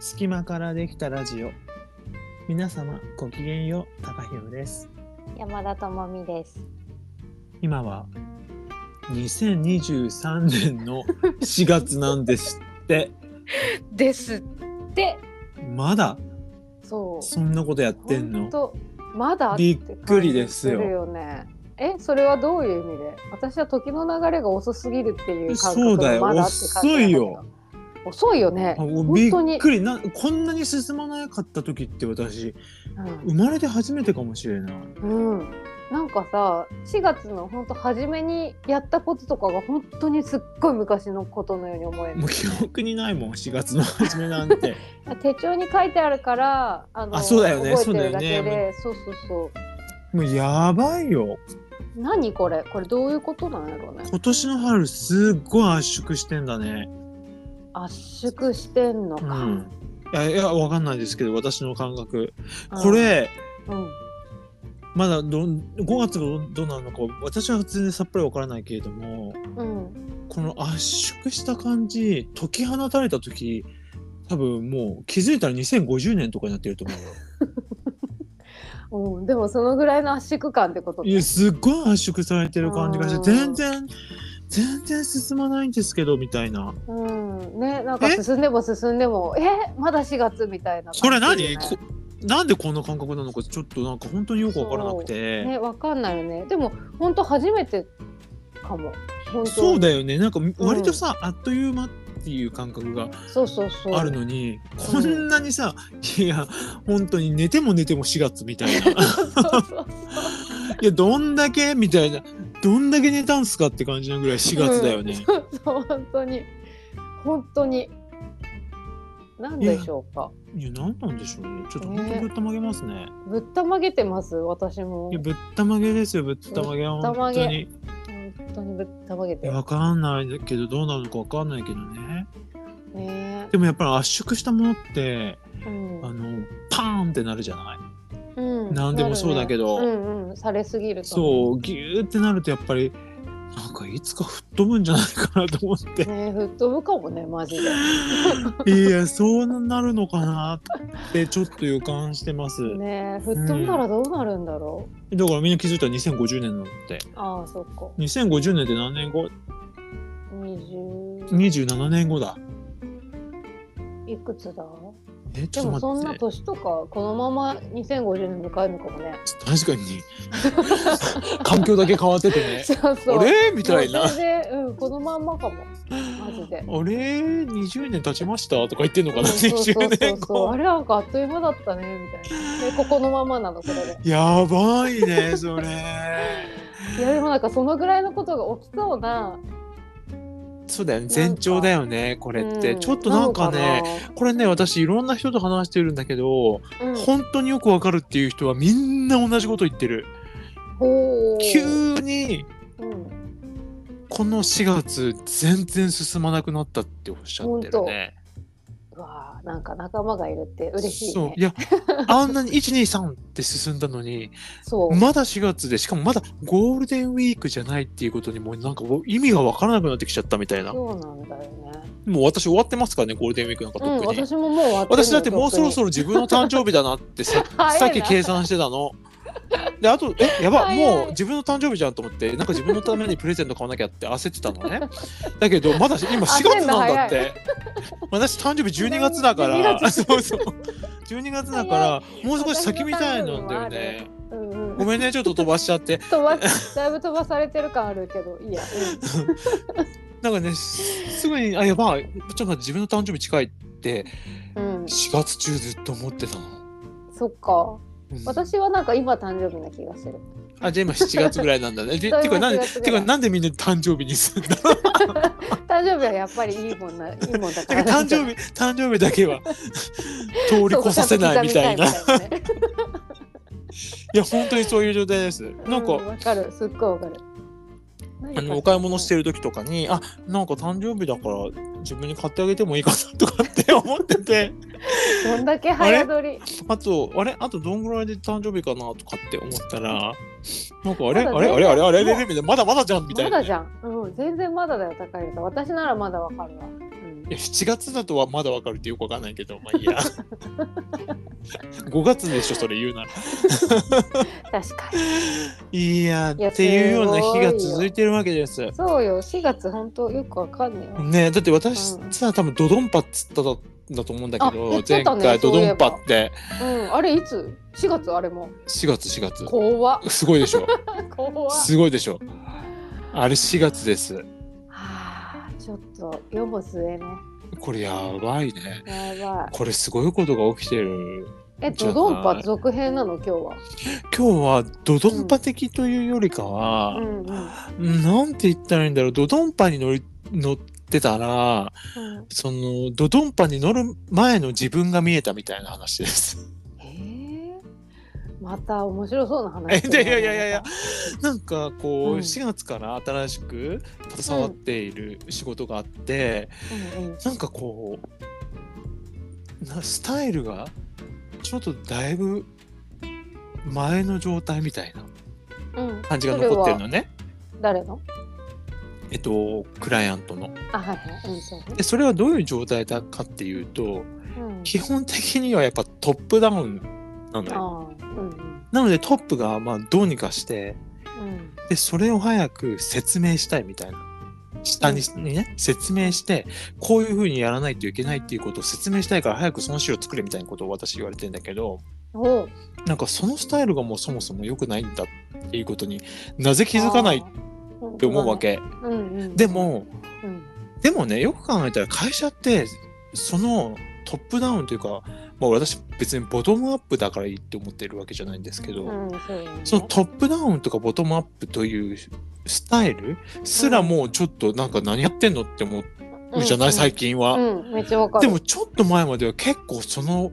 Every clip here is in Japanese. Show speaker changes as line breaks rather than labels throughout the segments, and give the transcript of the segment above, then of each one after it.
隙間からできたラジオ皆様ごきげんよう高弘です
山田智美です。
今は2023年の4月なんですって
ですって、
まだ
そう。
そんなことやってん
ほ
の
とまだ
びっくりですよ
って感じるね。え、それはどういう意味で？私は時の流れが遅すぎるっていう感
そう
覚
だ
が
よ
まだって感じなん
遅
だけど
いよ。
遅いよね。
あもう
本
びっ
当に。
くりなこんなに進まなかった時って私生まれて初めてかもしれない
うん。うんなんかさ4月の本当初めにやったこととかが本当にすっごい昔のことのように思える
もう記憶にないもん4月の初めなん て
手帳に書いてあるからあの
あそうだよね
覚えてる
そ
だけ
うだよ
でそうそうそう
もうやばいよ
何これこれどういうことなんやろうね
今年の春すっごい圧縮してんだね
圧縮してんの
う
か、
んいやいやわかんないですけど私の感覚こ、れ
うん、
まだどん5月がどどうなるのか私は全然さっぱりわからないけれども
うん、
この圧縮した感じ解き放たれた時多分もう気づいたら2050年とかになってると思う よ
うん、でもそのぐらいの圧縮感ってこと
いやすっごい圧縮されてる感じがして
う
全
ん
然全然進まないんですけどみたいな
うん、ね、なんか
え
進んでも進んでも、え、まだ4月みたいな感じ
これ
よ
何、
ね
こなんでこんな感覚なのかちょっとなんか本当によくわからなくて
ね、わかんないよね。でも、本当初めてかも。本当
そうだよねなんか割とさ、あっという間っていう感覚が
そうそうそう。
あるのに、こんなにさ、いや本当に寝ても寝ても4月みたいな い
そうそうそう。
やどんだけみたいなどんだけ寝たんすかって感じなぐらい4月だよ
う
ね
ん、そうそう、本当に。本当に。なんでしょうか。
いや何なんでしょうねちょっと本当ぶったまげますね
ぶったまげてます、私も
いや。ぶったまげですよぶったまげは
たま
本
げ
当にい
本当にぶったまげて
や。わかんないけどどうなるのかわかんないけどね
ね
でもやっぱり圧縮したものって
うん
あのパーンってなるじゃない
うん
何でもそうだけど
なるねうんうん、されすぎると
そうギューってなるとやっぱりなんかいつか吹っ飛ぶんじゃないかなと思って
ね吹っ飛ぶかもねマジで
いや、そうなるのかなってちょっと予感してます。
ね吹っ飛んだらどうなるんだろう、
だからみんな気づいたら2050年なのって。
ああそっか
2050年って何年後
20
?27 年後だ。
いくつだ
え、ち
で
ょ
も
っと
そん
待っ
な
て。
年とかこのまま2050年迎えるのかもね
確かに。 環境だけ変わっててね。
そうそう
あれみたいな
もう。全然、うん、このまんまかもマジで。
あれ ?20 年経ちましたとか言ってんのかな
そうそうそ
?20
うそ
年
うそうあ
後。
れなんかあっという間だったねみたいなでここのままなのこれで
やばいね、それ。
いやでもなんかそのぐらいのことが起きそうな
そうだよね。
なんか
前兆だよね、これって。
うん
ちょっとなんかね、これね、私いろんな人と話してるんだけど、
なのかなうん
本当によくわかるっていう人はみんな同じこと言ってる
ほう
急に
うん、
この4月全然進まなくなったっておっしゃってるね
うわあなんか仲間がいるって嬉しいね
そう いやあんなに123って進んだのに
そう
まだ4月でしかもまだゴールデンウィークじゃないっていうことにもうなんかもう意味がわからなくなってきちゃったみたいなも
そうなんだよね
う私終わってますからねゴールデンウィークなんか
うん
特に、
私ももう終わってる
私だってもうそろそろ自分の誕生日だなってさ
早い
さ
な
っき計算してたの。であとえやば
早い
もう自分の誕生日じゃんと思ってなんか自分のためにプレゼント買わなきゃって焦ってたのねだけどまだ今4月なんだって私誕生日12月だか
12
ら
月
そうそう12月だからもう少し先みたいなんだよね
ろ、うんう
ご
ん、
めんねちょっと飛ばしちゃって
飛ばだいぶ飛ばされてる感あるけどいいや、
なんかねすすぐにあやばいちょっと待って自分の誕生日近いって
うんうん、
4月中ずっと思ってたの、
そっか
うん
私はなんか今誕生日な気がする
あじゃあ今7月ぐらいなんだね。で
そう
てかなん
今
で
7月ぐら
てか
い
なんでみんな誕生日にすんだ。
誕生日はやっぱりいいもんないいもんだか
てから 誕生日誕生日だけは通り越させないみたいな。い
そう刻みたいみたいなね
や本当にそういう状態です。なん
う
か。
わかるすっごいわかる
あのお買い物してる時とかにあなんか誕生日だから自分に買ってあげてもいいかなとかって思ってて
どんだけ早撮り
あとあれあとどんぐらいで誕生日かなとかって思ったらなんかあれ、
ま
あ
だ
れ
全然
あれあれあれあれあれみたいなまだまだじゃんみたい
ま
な
だじゃん。うん、全然まだだよ、高いさん。私ならまだわかるわ。うん、
いや7月だとはまだわかるってよくわかんないけどまあいいや5月でしょそれ言うなら
確かに
いや
いや
っていうような日が
すごいよ
続いてるわけです
そうよ4月本当よくわかんないよ
ねだって私
うん
さ、多分ドドンパっつったんだと思うんだけ
あ
ど、
言って
前
たね
回ド
そうい
ド
え
ン
ば
パって
うんあれいつ4月あれも
4月4月
怖っ
すごいでしょ
怖っ
すごいでしょあれ4月です
はあちょっと世も末ね
これやばいね
やばい
これすごいことが起きてる
え
じゃあ
ドドンパ続編なの今日は
今日はドドンパ的というよりかは、
うんうん、うん
なんて言ったらいいんだろうドドンパに乗り乗ってたらそのドドンパに乗る前の自分が見えたみたいな話です。
へえまた面白そうな話
いやいやいやいやいやなんかこう、
うん
4月から新しく携わっている仕事があって、
うんうん
なんかこうなスタイルがちょっとだいぶ前の状態みたいな
うん、
感じが残ってる
それは
のね。
誰の
えっと、クライアントの
あはいはい、うん、そうね
でそれはどういう状態だかっていうと、
うん、
基本的にはやっぱトップダウンなの
あ
よ。
あうん
なのでトップがまあどうにかして
うん
でそれを早く説明したいみたいな。下ににね説明してこういうふうにやらないといけないっていうことを説明したいから早くその資料作れみたいなことを私言われてんだけど
おう
なんかそのスタイルがもうそもそも良くないんだっていうことになぜ気づかないっ
ああ
て思うわ、け。
本当だねうんうん、
で、も
うん、
でもねよく考えたら会社ってそのトップダウンというか、まあ、私別にボトムアップだからいいって思ってるわけじゃないんですけど、
うんそうよね、
そのトップダウンとかボトムアップというスタイルすらもうちょっとなんか何やってんのって思うじゃない、最近は、
うんうん、めっちゃわかる
でもちょっと前までは結構その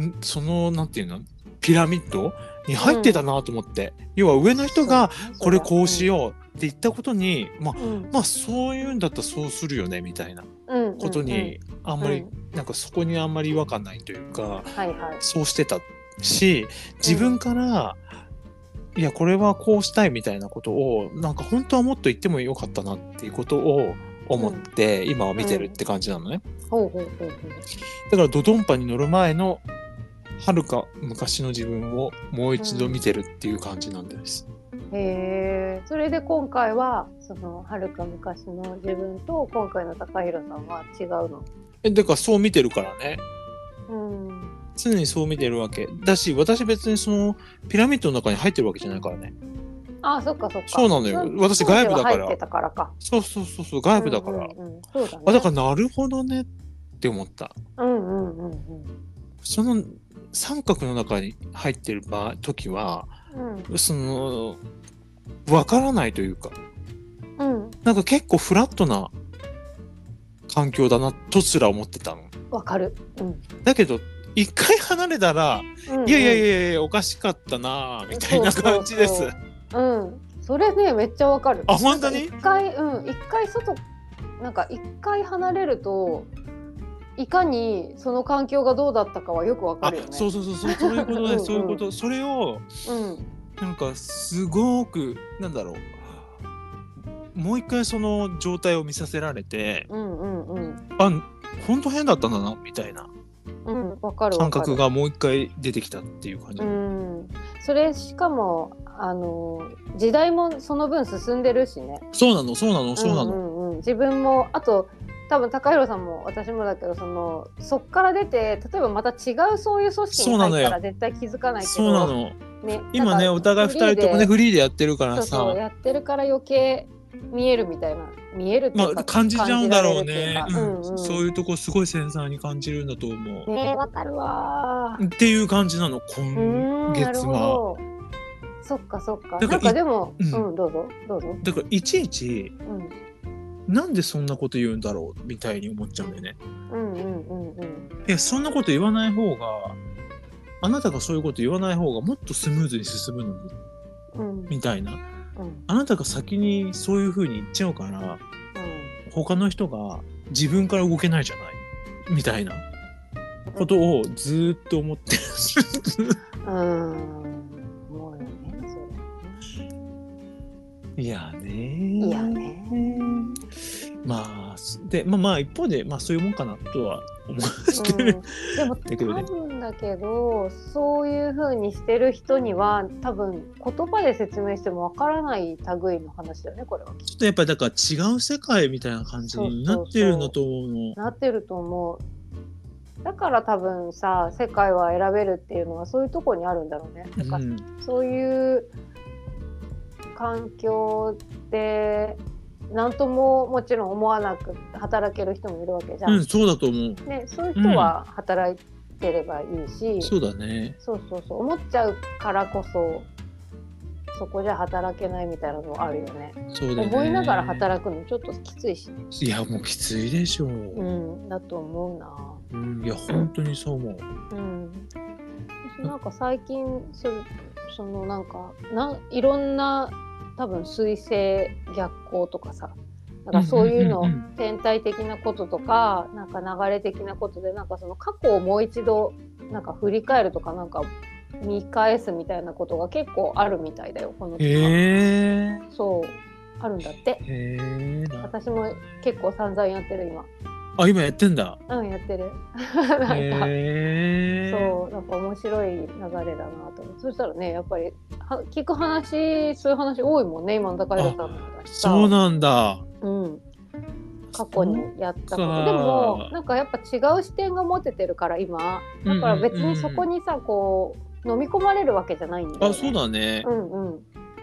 んそのなんていうのピラミッドに入ってたなと思って、要は上の人がこれこうし
よ
ようって言ったことに、まあ
う、うん
まあそういうんだったらそうするよねみたいな
うん、
ことにあんまり、
うん
なんかそこにあんまり違和感ないというか
はいはい
そうしてたし自分から、いやこれはこうしたいみたいなことをなんか本当はもっと言ってもよかったなっていうことを思って、今は見てるって感じなのね、
ほうほうほうほう
だからドドンパに乗る前のはるか昔の自分をもう一度見てるっていう感じなんです、
へえそれで今回はそのはるか昔の自分と今回の高弘さんは違うの
えだからそう見てるからね
うん
常にそう見てるわけだし私別にそのピラミッドの中に入ってるわけじゃないからね
あそっかそっか
そうなのよ私外部だから
当時は入ってたからか
そうそうそうそう外部だから、
うんうんうんそうだね
あだからなるほどねって思った
らうんうんうんうん
その三角の中に入ってる場時は
うん
そのわからないというか
うん
なんか結構フラットな環境だなとすら思ってたの
わかるうん
だけど一回離れたら、
うん
いやいやいやいやおかしかったなぁみたいな感じです
そうそうそううんそれねめっちゃわかる
あ本当に
一回うん一回外なんか一回離れるといかにその環境がどうだったかはよくわか
あ
るよね
そうそうそうそうそういうこと
うんう
ね
ん
そういうことそれを
うん
なんかすごくなんだろうもう一回その状態を見させられて
うんうんうん
あほんと変だったんだなみたいな
うん、わかる
感
わかる
覚がもう一回出てきたっていう感じ、
うんそれしかもあの時代もその分進んでるしね
そうなのそうなのそうなの、
んうんうん、自分もあと多分高弘さんも私もだけどそのそっから出て例えばまた違うそういう組織に入ったら絶対気づかないけど
そうなの
ね、
今ねお互い二人ともね
フ
フ
リ
リーでやってるか
ー
ら
で
さ
そうそうやってるから余計見えるみたいな見えるっていうか、
まあ、感じちゃうんだろうね
感じられるっていうか
うんそう
う
いうとこすごい繊細に感じるんだと思う、
んうんねわかるわー
っていう感じなの
うー
今
んなる
月
ほ
は
ど。そっかそっか。
だから
なんかでも、
いううん
ん、どうぞどうぞ。
だからいちいち
うん
なんでそんなこと言うんだろうみたいに思っちゃうんだよね
うんうんうんうん。
いやそんなこと言わない方があなたがそういうこと言わない方がもっとスムーズに進むのに
うん
みたいな
うん
あなたが先にそういう風に言っちゃうから他の人が自分から動けないじゃないみたいなことをずーっと思って
うん。うん。もうよね。そ
るいやね
れ
ー
いやね。
ままあすでまあまあ一方で、まあ、そういうもんかなとは思わせて
う
る
ん、でも
だけどね
多分だけどそういう風にしてる人には多分言葉で説明してもわからない類の話だよねこれは。
ちょっとやっぱりだから違う世界みたいな感じになってるんだと思うの。
なってると思う。だから多分さ世界は選べるっていうのはそういうとこにあるんだろうね。なんか
うん
そういう環境で何とももちろん思わなく働ける人もいるわけじゃ。
うんん、そうだと思う。
ね、そういう人は働いてればいいし、
そうだね。
そうそうそう思っちゃうからこそそこじゃ働けないみたいなのあるよね
そうだね。
思いながら働くのちょっときついしね、
いや、もうきついでしょ
う
う。
ん、だと思うな
うん、いや、本当にそう思う。
うん私なんか最近そそのなんかないろんな多分水星逆行とかさなんかそういうの、
うんうんうんうん
天体的なこととかなんか流れ的なことでなんかその過去をもう一度なんか振り返るとかなんか見返すみたいなことが結構あるみたいだよこの期間、
へえ。
そうあるんだって
へえ。な
私も結構散々やってる今
あ、今やってん だ。
うんやってるなんか、
へえ。
そうなんか面白い流れだなと思ってそしたらねやっぱりは聞く話そういう話多いもんね今の高平さんの話さ
そうなんだ。
うん、過去にやった
そ
ことで
っか
もなんかやっぱ違う視点が持ててるから今
うんうんうん
だから別にそこにさこう飲み込まれるわけじゃないんだよ、ね、
あ、そうだね。
うんうん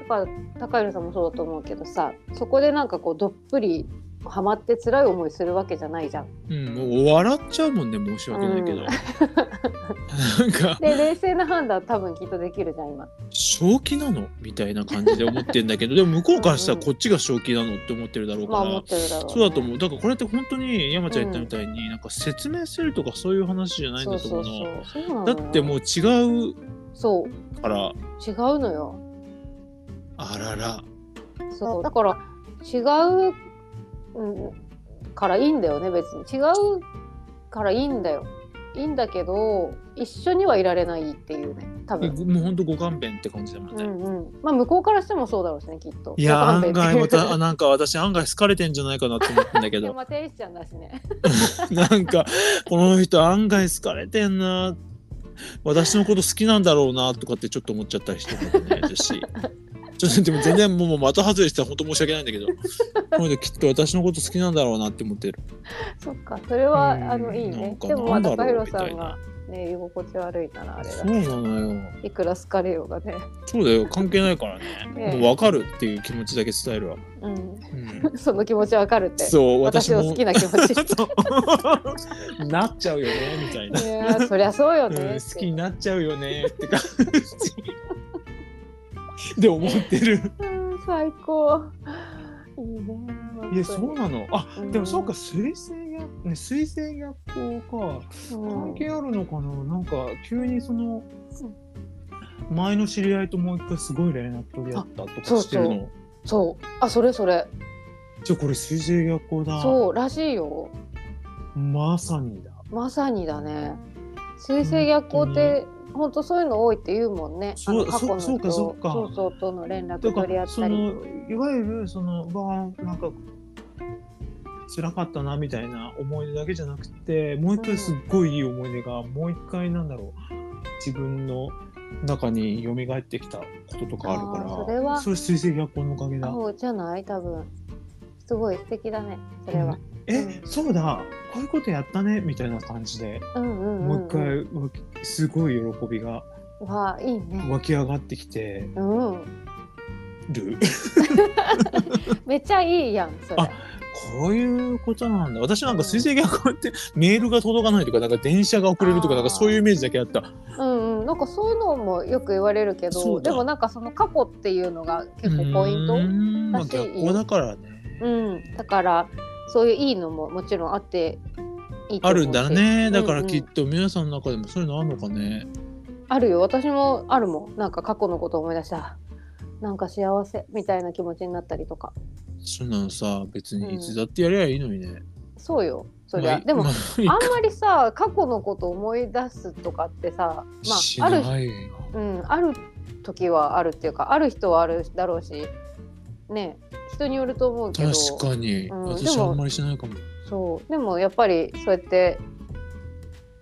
だから高平さんもそうだと思うけどさそこでなんかこうどっぷりハマって辛い思いするわけじゃないじゃん。
うん、もう笑っちゃうもんね、申し訳ないけど。
うん
なんか、
で冷静な判断多分きっとできるじゃん今。
正気なのみたいな感じで思ってんだけど、でも向こうからした
うん
ら
うん
こっちが正気なのって思ってるだろうか
まあ思
ら
っ。てるだろう、ね。
そうだと思う。だからこれって本当に山ちゃん言ったみたいに、なんか説明するとかそういう話じゃないん
そ
だ
う
と
そ
思う
う
の。
そう。そうなの
だ
よ
ってもう違
そう
うから、
違うのよ。
あらら。
そうだから違う、うん、からいいんだよね別に違うからいいんだよいいんだけど一緒にはいられないっていうね多
え
分、
もう本当ご勘弁って感じだもん
う
ね。
んうん、まあ向こうからしてもそうだろうしねきっと
いや、
わかんな
案
いけど
外また、あなんか私案外好かれてんじゃないかなって思ってんだけ
で
ど、
も天使ちゃんだしね
なんか、この人案外好かれてんな。私のこと好きなんだろうなとかってちょっと思っちゃったりしてたね、私。ちょっとでも全然もうまた外れしたら本当申し訳ないんだけど、この人きっと私のこと好きなんだろうなって思ってる。
そっかそれは
うん
あのいい
なん
ね
か
でもまあ
なん
高
だろう
弘さん
みたい
が
な
ね居心地悪いならあれ
そ
だ
うなのよ。
いくら好かれようがね、
そうだよ、関係ないからね。
ええ
もう分かるっていう気持ちだけ伝えるわ。
うん、
うん
その気持ちわかるって
そう、
私
私
を
も
好きな気持ち
そう なっちゃうよねみたいな、
いやーそりゃそうよ
うん
ね、って
好きになっちゃうよねって感 じで思ってる
うん最高いいね
いやそうなのあ
うん
でもそうか水星逆ね水星逆行か関
関
係あるのかな、なんか急にその前の知り合いともう一回すごい連絡取り合ったとかしてるの
あそうそうあそれそれ
じゃあこれ水星逆行だ
そうらしいよ
まさにだ
まさにだね水星逆行って本当そういうの多いって言うもんねあの
そう
過去の
そそうか
人
そうか
そうそうとの連絡
だか
取り合
ら
っ
そ
たり
のいわゆるそのわあなんか辛かったなみたいな思い出だけじゃなくてもう一
う
回
ん
すっごいいい思い出が、もう一回なんだろう自分の中に蘇ってきたこととかあるから
あーそれは
れ水星逆行のおかげだ
そうじゃない多分すごい素敵だねそれは、
え、
うん
そうだこういうことやったねみたいな感じで、
うん、うんうん、
もう一回わきすごい喜びが
わあいいね
湧き上がってきて
うん
る
めっちゃいいやんそれ
あこういうことなんだ私なんか水星逆行ってメールが届かないとかなんか電車が遅れると
あ
か
ー
なんかそういうイメージだけあった
うんうん、なんかそういうのもよく言われるけ
そ
ど
うだ
でもなんかその過去っていうのが結構ポイント、
うー
うん
まあ
だし
逆光だからね。
んだからそういういいのももちろんあっていいと
あ
思うし
るんだね。だか
う
ら
んうん
きっと皆さんの中でもそういうのあるのかね。
あるよ私もあるもんなんか過去のこと思い出したなんか幸せみたいな気持ちになったりとか
そんなのさ、別にいつだってやりゃいいのにね。
そうよそり
ま
ゃ、
あ
でも、
ま
あんまりさ過去のこと思い出すとかってさ
し
まあある
ないよ
うん、ある時はあるっていうかある人はあるだろうしね人によると思うけど
確かに、
うん
私
でも
あんまりしないかも
そうでもやっぱりそうやって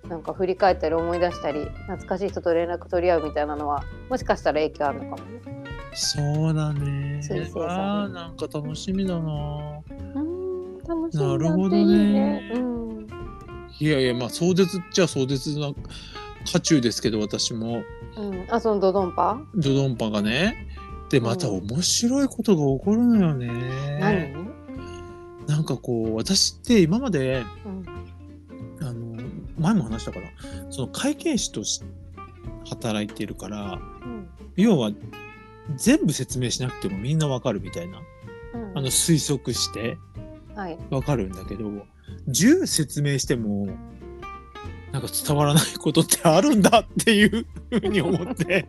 なんか振り返ったり思い出したり懐かしい人と連絡取り合うみたいなのはもしかしたら影響あるのかもね。
そうだね
そうそうそう
あーなんか楽しみだな
うん楽し
なる
み
ほど
っていい
ね
ね。うん
いやいやまあ壮絶っちゃ壮絶な渦中ですけど私も
うん、あそのドドンパ、
ドドンパがねでまた
う
面白いことが起こるのよね、
何、
なんかこう私って今まで
うん、
あの前も話したからその会計士とし働いてるから
うん
要は全部説明しなくてもみんなわかるみたいな
うん
あの推測して
はい
わかるんだけど10説明してもなんか伝わらないことってあるんだっていうふうに思って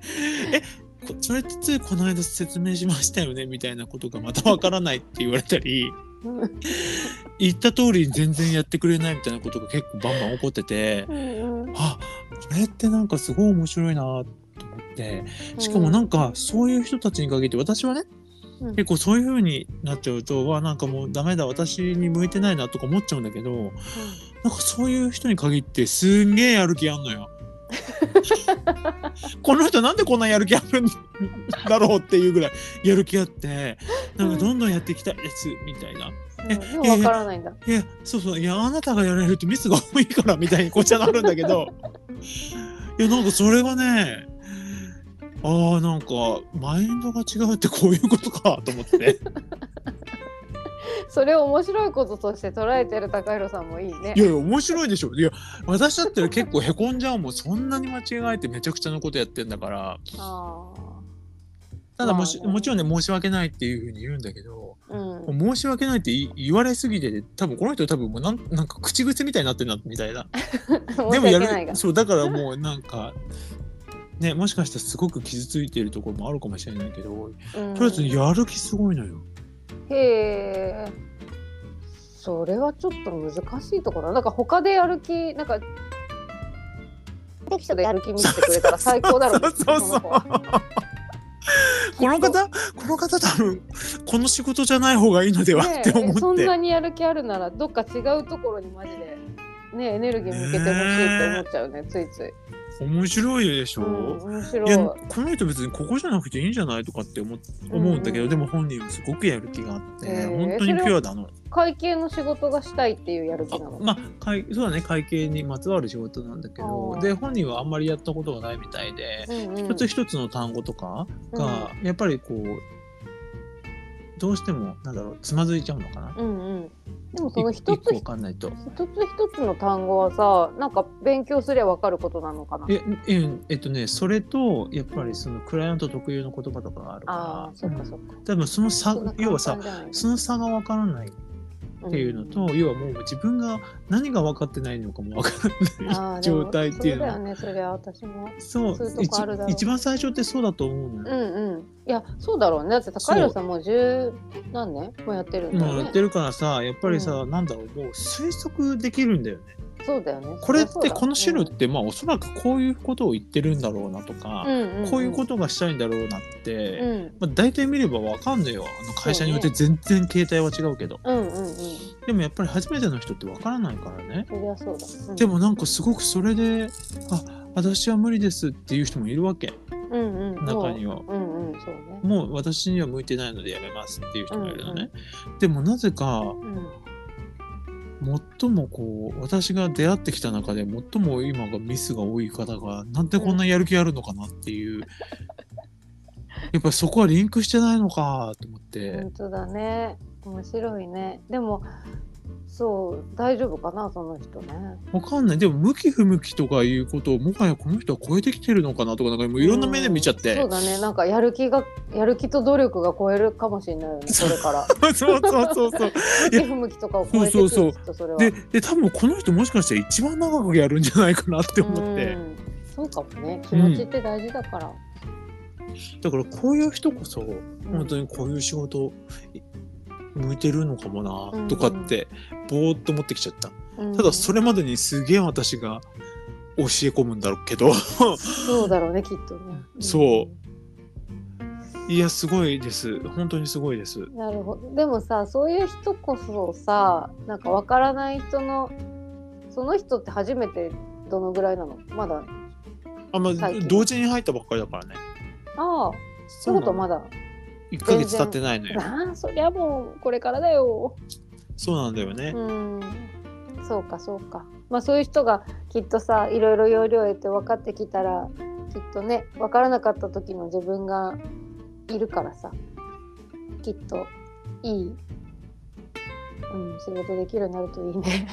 えこそれってついこの間説明しましたよねみたいなことがまたわからないって言われたり
うん
言った通りに全然やってくれないみたいなことが結構バンバン起こってて
うん
あこれってなんかすごい面白いなと思ってしかもなんかそういう人たちに限って私はね
うん
結構そういう風になっちゃうとわなんかもうダメだ私に向いてないなとか思っちゃうんだけどなんかそういう人に限ってすんげえやる気やんの よ。この人なんでこんなやる気あるんだろうっていうぐらいやる気あってなんかどんどんやっていきたいですみたいな。
うんうんでもわからないんだ。
いやそうそういやあなたがやられるとミスが多いからみたいにこっちはなるんだけ どいやなんかそれがねあーなんかマインドが違うってこういうことかと思っ て。
それを面白いこととして捉えてる高弘さんもいいね
い。やいや面白いでしょいや私だったら結構へこんじゃうもんそんなに間違えてめちゃくちゃなことやってんだから
ああ
ただもし
まあね
もちろんね申し訳ないっていうふうに言うんだけど
うん、
申し訳ないってい言われすぎて多分この人多分もうなんなんか口癖みたいになってるなみたいなで
申
も
し
や
訳ないが
る。そうだからもうなんかねもしかしたらすごく傷ついてるところもあるかもしれないけどと
うん
りあえずやる気すごいのよ。
へえ。それはちょっと難しいところだ。なんか他でやる気、なんか。できたでやる気見せてくれたら最高だろ
そうそう
そ
そ
の
う
子は。
この方この方多分この仕事じゃない方がいいのでは
ね
っ
え
て思って。
そんなにやる気あるなら、どっか違うところにマジで。ねえ、エネルギー向けてほしいって思っちゃうね、ついつい。
面白いでし
う
ょ、
ん、面白
い
い。
やこの人別にここじゃなくていいんじゃないとかって思思うんだけど、
うんうん
でも本人はすごくやる気があって、
へー
本当にピュアだの。
会計の仕事がしたいっていうやる
あ
気なの。
まあ会そうだね会計にまつわる仕事なんだけど
あー
で本人はあんまりやったことがないみたいで、
うんうん
一つ一つの単語とかが、やっぱりこうどうしてもなんだろうつまずいちゃうのかな。
うんうん。でもその
い
一
個
つ
わかんないと。
一つ一つの単語はさなんか勉強すりゃ分かることなのかな
えええっとねそれとやっぱりそのクライアント特有の言葉とかがあるから
ああそっかそっか
多分その差
そんな簡単
要はさ
じゃない
その差が分からないっていうのと、要はもう自分が何が分かってないのかも分からない状態っていうの
はそ
は
うだよねそりゃ私も
そう
そういうとこあるだろう
一一番最初ってそうだと思うの
う
よ、
んうんいやそうだろうねだって高弘さんもう十何年もやってるんだ
もう
よ
やっ
ね
てるからさやっぱりさ、
う
なんだろうもう推測できるんだよね
そうだよね
これっ
そり
て
ゃそうだ
この種類って、まあおそらくこういうことを言ってるんだろうなと
う
か、
んうんん
こういうことがしたいんだろうなって、
うん
まあ、大体見れば分かんのよあの会社によって全然形態は違うけど
うんうんうん
でもやっぱり初めての人って分からないからね
そりゃそうだ
でもなんかすごくそれで「あ私は無理です」っていう人もいるわけ
うんうん
中には。
うんうんそうね
もう私には向いてないのでやめますっていう人もいるのね。でもなぜか
うん
最もこう私が出会ってきた中で最も今がミスが多い方がなんでこんなやる気あるのかなっていう、 やっぱりそこはリンクしてないのかと思って
本当だね面白いねでもそう大丈夫かなその人ね
わかんないでも向き不向きとかいうことをもはやこの人は超えてきてるのかなとかなんかもういろんな目で見ちゃって、
うんそうだねなんかやる気がやる気と努力が超えるかもしれないよねそれから
そうそうそうそう
向き不向きとかを超えてくる
そうそうそう
きっとそれは
でで多分この人もしかして一番長くやるんじゃないかなって思って
うんそうかもね気持ちって大事だから、
だからこういう人こそ
うん
本当にこういう仕事い向いてるのかもなとかってぼーっと思ってきちゃったただそ
れ
れまでにすげえ私が教え 込むんだろうけど
そうだろうねきっとね
そういやすごいです本当にすごいです
なるほどでもさそういう人こそさなんかわからない人のその人って初めてどのぐらいなのまだ
あまあ
最近
同時に入ったばっかりだからね
ああそ
そううな
いうこと
の
まだ
1ヶ月経ってないのよ
ああそりゃもうこれからだよ
そうなんだよね、
うんそうかそうかまあそういう人がきっとさいろいろ要領を得て分かってきたらきっとね分からなかった時の自分がいるからさきっといい、うん、仕事できるようになるといいね。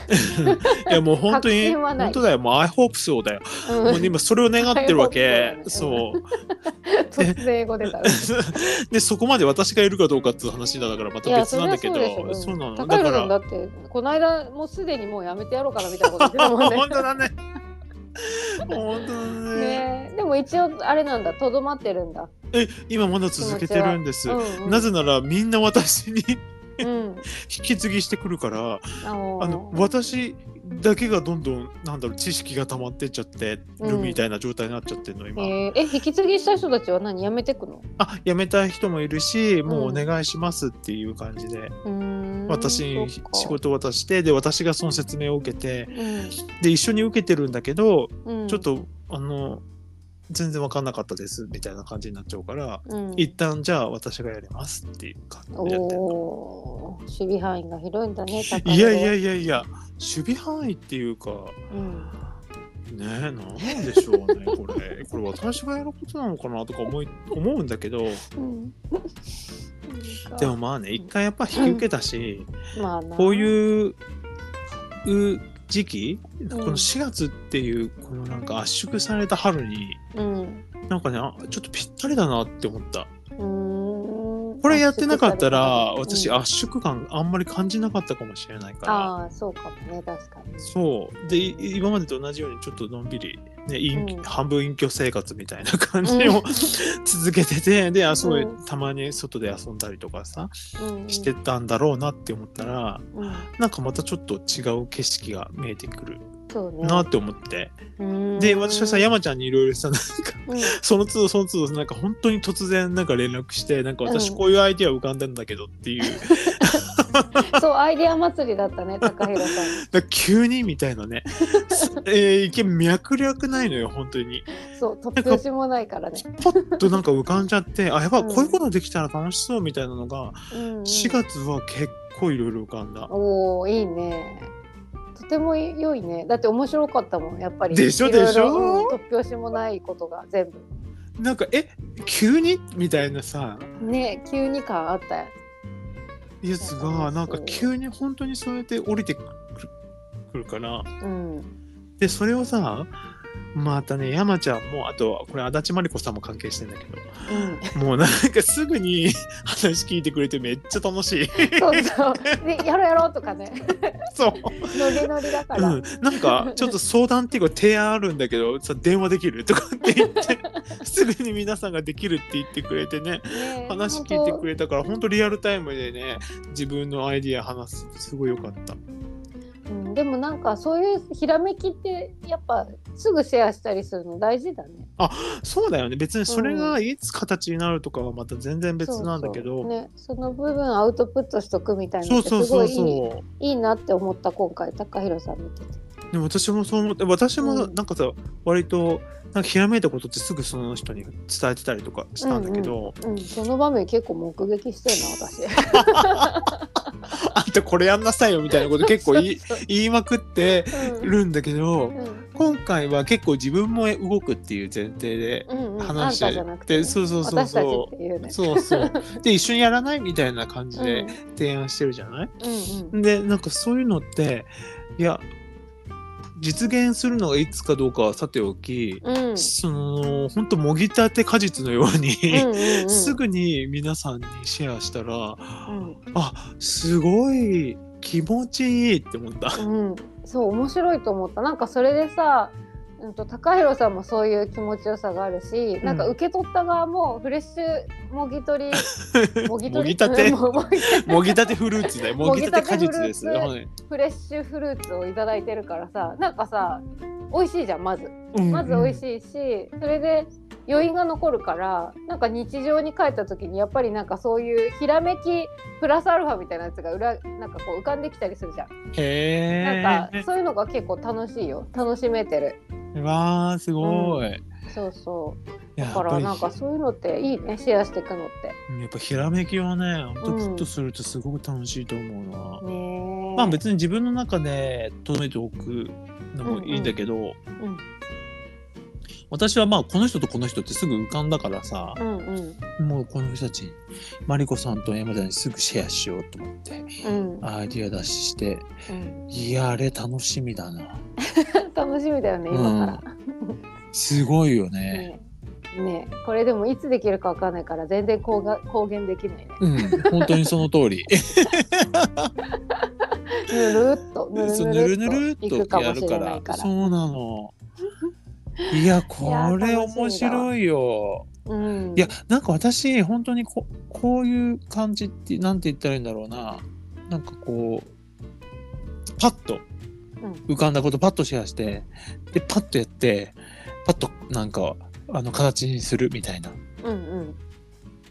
いやもう本当
確
に
信はない
本当だよもう I hope so だよ
うん
もう今それを願ってるわ
I
け
hope so
そう
突然英語出た。
でそこまで私がいるかどうかっていう話だからま
い
た
や
別
そ
なんだ
れは
け
そ
ど
うでしょ。
そうなの
高
だか
弘さ
ら
んだってこの間もうすでにもうやめてやろうかなみたいなこと言ってたもんね
本。当だね。本当だね
ねえでも一応あれなんだとどまってるんだ。
え、今まだ続けてるんです。
うんうん
なぜならみんな私に
うん、
引き継ぎしてくるから、
あのー
あの私だけがどんどんなんだろう知識が溜まってっちゃってるみたいな状態になっちゃってるの今。
えーえ引き継ぎした人たちは何やめてくの
あ、やめたい人もいるし、もうお願いしますっていう感じで、
うーん
私に
そっか
仕事を渡してで私がその説明を受けて
うん
で一緒に受けてるんだけど、
うん、
ちょっとあの全然分かんなかったですみたいな感じになっちゃうから。
うん、
一旦じゃあ私がやりますっていう感じでやってる
おー守備範囲が広いんだね高
いやいや
い
いやいや守備範囲っていうか
うん、
ねえなんでしょうねこ れこれ私がやることなのかなとか思い思うんだけど
うん、
でもまあね一回やっぱ引き受けたし
まあな
こう
う
いうう時期こ
うん
の4月っていうこのなんか圧縮された春に
うん
なんかねあちょっとぴったりだなって思った
うーん
これやってなかったら
圧
私
縮されて
圧縮感あんまり感じなかったかもしれないか
た
ら。
うんあーそうかもね確かに
そうでい今までと同じようにちょっとのんびり、ね隠居
うん
半分隠居生活みたいな感じを、続けててであそう
うん
たまに外で遊んだりとかさ
う ん
してたんだろうなって思ったら
うん
なんかまたちょっと違う景色が見えてくる
そうね
なって思って、
うーん
で私はさ山ちゃんにいろいろさなん か
うん
その都度その都度なんか本当に突然なんか連絡してなんか私
うん
こういうアイディア浮かんだんだけどって いう、
そうアイデア祭りだったね高平さん
だから急にみたいな ね、えー、一見脈略ないのよ本当に。
そう突拍子もないからね、
ポッとなんか浮かんじゃって、あ、やばい、
うん
こういうことできたら楽しそうみたいなのが、
うんうん
4月は結構いろいろ浮かんだ。
おおいいねとても良いねだって面白かったもんやっぱり
でしょ
いろいろ
でしょ
うん突拍子もないことが全部
なんか、え、急にみたいなさ、
ね急に感あったよ
やつ
そ
が、
う
なんか急に本当にそうやって降りてくるくるから、
うん
で、それをさ、またね、山ちゃんも、あと、これ、足立真理子さんも関係してんだけど、
うん、
もうなんかすぐに 話聞いてくれてめっちゃ楽 しい。
そうそうでやろうやろうと かね
そう。
ノリノリだから、
うん、なんかちょっと相談っていうか提案あるんだけどさ電話できるとかって言って すぐに皆さんができるって言ってくれてね
ね
話聞いてくれたから本当リアルタイムでね自分のアイディア話すすごい良かった
本当うん、でもなんかそういうひらめきってやっぱすぐシェアしたりするの大事だね
そうだよね別にそれがいつ形になるとかはまた全然別なんだけ
そうそう
ど
ね、その部分アウトプットしとくみたいな
そ
の
う
って
そう
す
そ
ご
う
いいい
そ
いいなって思った今回高弘さん見てて。
うでも私もそう思って私も
うん
なんかさ割となんかひらめいたことってすぐその人に伝えてたりとかしたんだけど、
うん、その場面結構目撃してるな私。
あんたこれやんなさいよみたいなこと 結構言い言いまくって
うん
るんだけど、
うん
今回は結構自分も動くっていう前提で
うんうん、
話して
あんたじゃなくて、ね、
そうそうそう
私たちっ
そ
ていう
う
ね。
そうそうで一緒にやらないみたいな感じ
うん
で提案してるじゃない、
うんうん
でなんかそういうのっていや実現するのがいつかどうかはさておき、
うんうん
そのほんともぎたて果実のように、
うんう ん
すぐに皆さんにシェアしたら
うん
あすごい気持ちいいって思 った。
うん、そう面白いと思ったなんかそれでさ、うん、と高弘さんもそういう気持ちよさがあるし、なんか受け取った側もフレッシュもぎ取 りもぎ
も
取り
ぎたて
もうもう
もぎたてフルーツだよ。もぎたて果実です。
もぎたてフルーツ
はい
フレッシュフルーツをいただいてるからさなんかさ美味しいじゃんまず。
うん
まず美味しいし、それで余韻が残るからなんか日常に帰った時にやっぱりなんかそういうひらめきプラスアルファみたいなやつが裏なんかこう浮かんできたりするじゃん、
へえ。
なんかそういうのが結構楽しいよ楽しめてる
うわー、すごい。
そうそう
だ
だからなんかそういうのっていいねシェアしていくのって
やっぱひらめきはね、ほん
う
ときっ
ん
とするとすごく楽しいと思うな。
ねえ
まあ別に自分の中で留めておくのもいいんだけど、
うん
私はまあこの人とこの人ってすぐ浮かんだからさ、
うんうん
もうこの人たち、マリコさんと山田にすぐシェアしようと思って、
うん、
アイディア出しして、
うん、
いや、あれ楽しみだな。
楽しみだよね今から、
すごいよね。
ねねこれでもいつできるかわかんないから全然公が公言できないね
うん、本当にその通 り。
ぬるっとぬ
そう
るぬるっ
ぬ
といく
る
か
や
もし
る
れ
か
ない
ら
から
そうなのいやこ
い
れ
や楽しみだ
面白いよ
うん
いやなんか私本当にここういう感じってなんて言ったらいいんだろうななんかこうパッと浮かんだことパッとシェアしてでパッとやってパッとなんかあの形にするみたいな
うん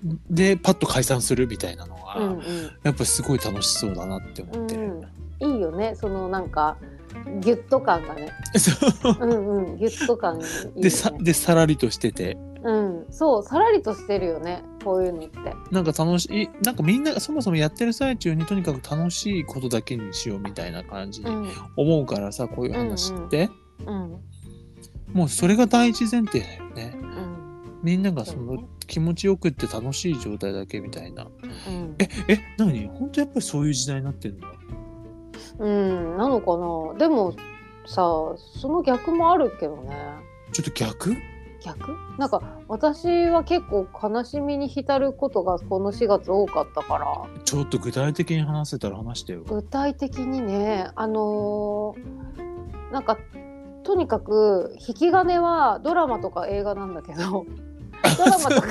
うん
でパッと解散するみたいなのが、
うん
やっぱすごい楽しそうだなって思ってる。
うんいいよねそのなんかギュッと感がね
そう
うんうんギュッと感いいよね
でさでさらりとしてて
うんそうさらりとしてるよねこういうのって
なんか楽しい、なんかみんながそもそもやってる最中にとにかく楽しいことだけにしようみたいな感じ
う
に
ん
思うからさ、こういう話って、
うん
もうそれが第一前提だよね。
うん
みんながそ
そうね
の気持ちよくって楽しい状態だけみたいな。
うん
え、え、なに本当やっぱりそういう時代になってんだ。
うんなのかなでもさその逆もあるけどね
ちょっと逆
逆なんか私は結構悲しみに浸ることがこの4月多かったから
ちょっと具体的に話せたら話してよ。
具体的にねあのーなんかとにかく引き金はドラマとか映画なんだけどドラマとか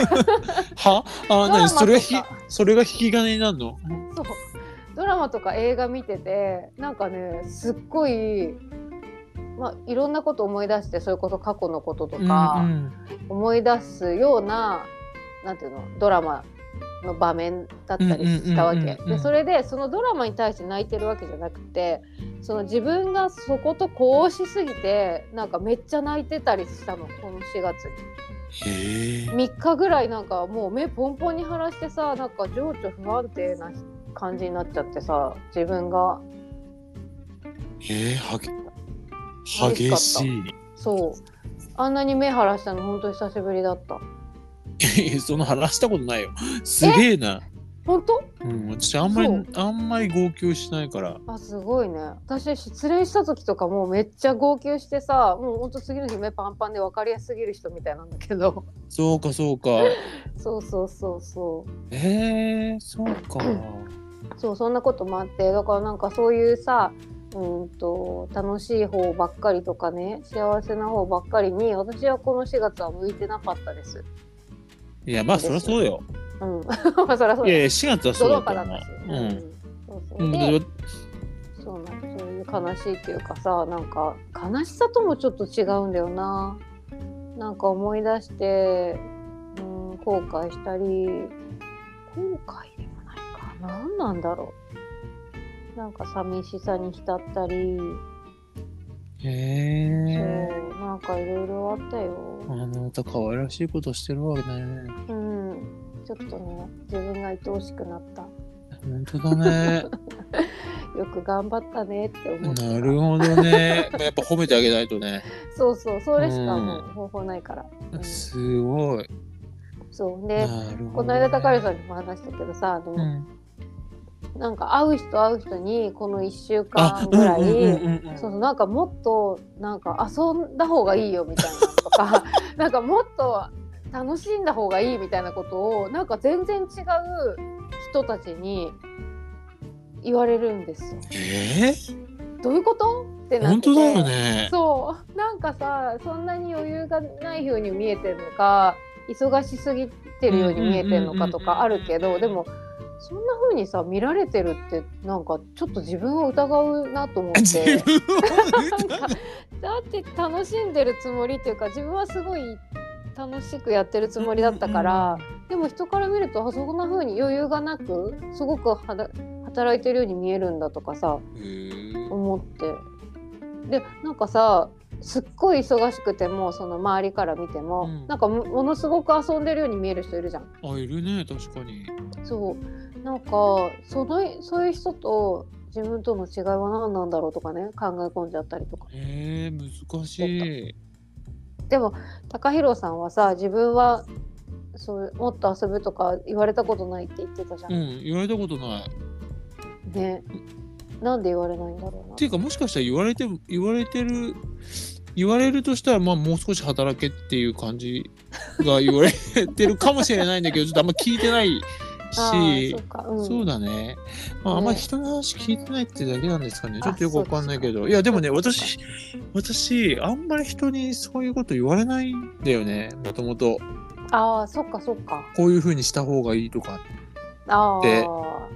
はあ、
ドラ
な
マ
にそれがひ
とか、
それが引き金になるの
そうドラマとか映画見ててなんかねすっごい、まあ、いろんなこと思い出してそれこそ過去のこととか。
うんうん
思い出すようななんていうのドラマの場面だったりしたわ
うんうん
け
うんうんうん
でそれでそのドラマに対して泣いてるわけじゃなくてその自分がそことこうしすぎてなんかめっちゃ泣いてたりしたのこの4月
へえ。
に3日ぐらいなんかもう目ポンポンに腫らしてさなんか情緒不安定な感じになっちゃってさ自分が
へえ、はげ、
しかった
激しい。
そうあんなに目腫らしたの本当久しぶりだった
いやその話したことないよ。すげえな。
本当
うん、私あんまり
そう
あんまり号泣しないから。
あすごいね私失恋した時とかもうめっちゃ号泣してさもうほんと次の日目パンパンで分かりやすすぎる人みたいなんだけど
そうかそうか。
そうそうそうそう
へえそうか。
そうそんなこともあってだからなんかそういうさうんと楽しい方ばっかりとかね幸せな方ばっかりに私はこの4月は向いてなかったです。
いやまあそりゃそうよ。
うん、 まあそりゃそう
いやい
だ
や4月はそ
ド
う
ロ
だ
パ
と
だ
思
ったし。
う。うん。
そうそう
うん、
で
で
そうなのそういう悲しいっていうかさなんか悲しさともちょっと違うんだよななんか思い出して、うん、後悔したり後悔でもないか何なんだろうなんか寂しさに浸ったり、
へ
そう
え。
なんかいろいろあったよ、
あなた可愛らしいことしてるわね。
うん、ちょっとね自分が愛おしくなった
本当だ ね。
よく頑張ったねって思った
なるほどね。やっぱ褒めてあげないとね。
そうそうそれしかもう
う
方法ないから、うん
すごい。
そうで、
なるほ
こ
どね、
の間高橋さんにも話したけどさで
う
も
ん。
なんか会う人会う人にこの1週
あ
間、ぐらい、
うんうんうんうん
そうそうなんかもっとなんか遊んだ方がいいよみたいなの とかなんかもっと楽しんだ方がいいみたいなことをなんか全然違う人たちに言われるんですよ。
え
どういうことって
ー、
なっ
本
て
当
て
だよね。
そうなんかさそんなに余裕がないように見えてるのか忙しすぎてるように見えてるのかとかあるけどでもそんな風にさ見られてるってなんかちょっと自分を疑うなと思っ
自
て
分を疑う
だって楽しんでるつもりっていうか自分はすごい楽しくやってるつもりだったから、でも人から見るとあそんな風に余裕がなくすごくはだ働いてるように見えるんだとかさ思ってでなんかさすっごい忙しくてもその周りから見ても、
うん
なんかもものすごく遊んでるように見える人いるじゃん。
あいるね確かに
そうなんかそのそういう人と自分との違いは何なんだろうとかね考え込んじゃったりとか
えー、難しい
でも TAKAHIRO さんはさ自分はそうもっと遊ぶとか言われたことないって言ってたじゃん、
うん言われたことないっ
ねなんで言われないんだろうな
ていうかもしかしたら言われても言われてる言われるとしたらまあもう少し働けっていう感じが言われてるかもしれないんだけどちょっとあんま聞いてない
あー
し
そうか、うん、
そうだね。まあ、
ね
あんまり人の話聞いてないってだけなんですかね。ちょっとよく
あ
わかんないけ
そう
ど。
か
いや、でもね、
そうかそ
私、私、あんまり人にそういうこと言われないんだよね。もともと。
ああそっかそっか
こういうふうにした方がいいとか。
あ
で
あ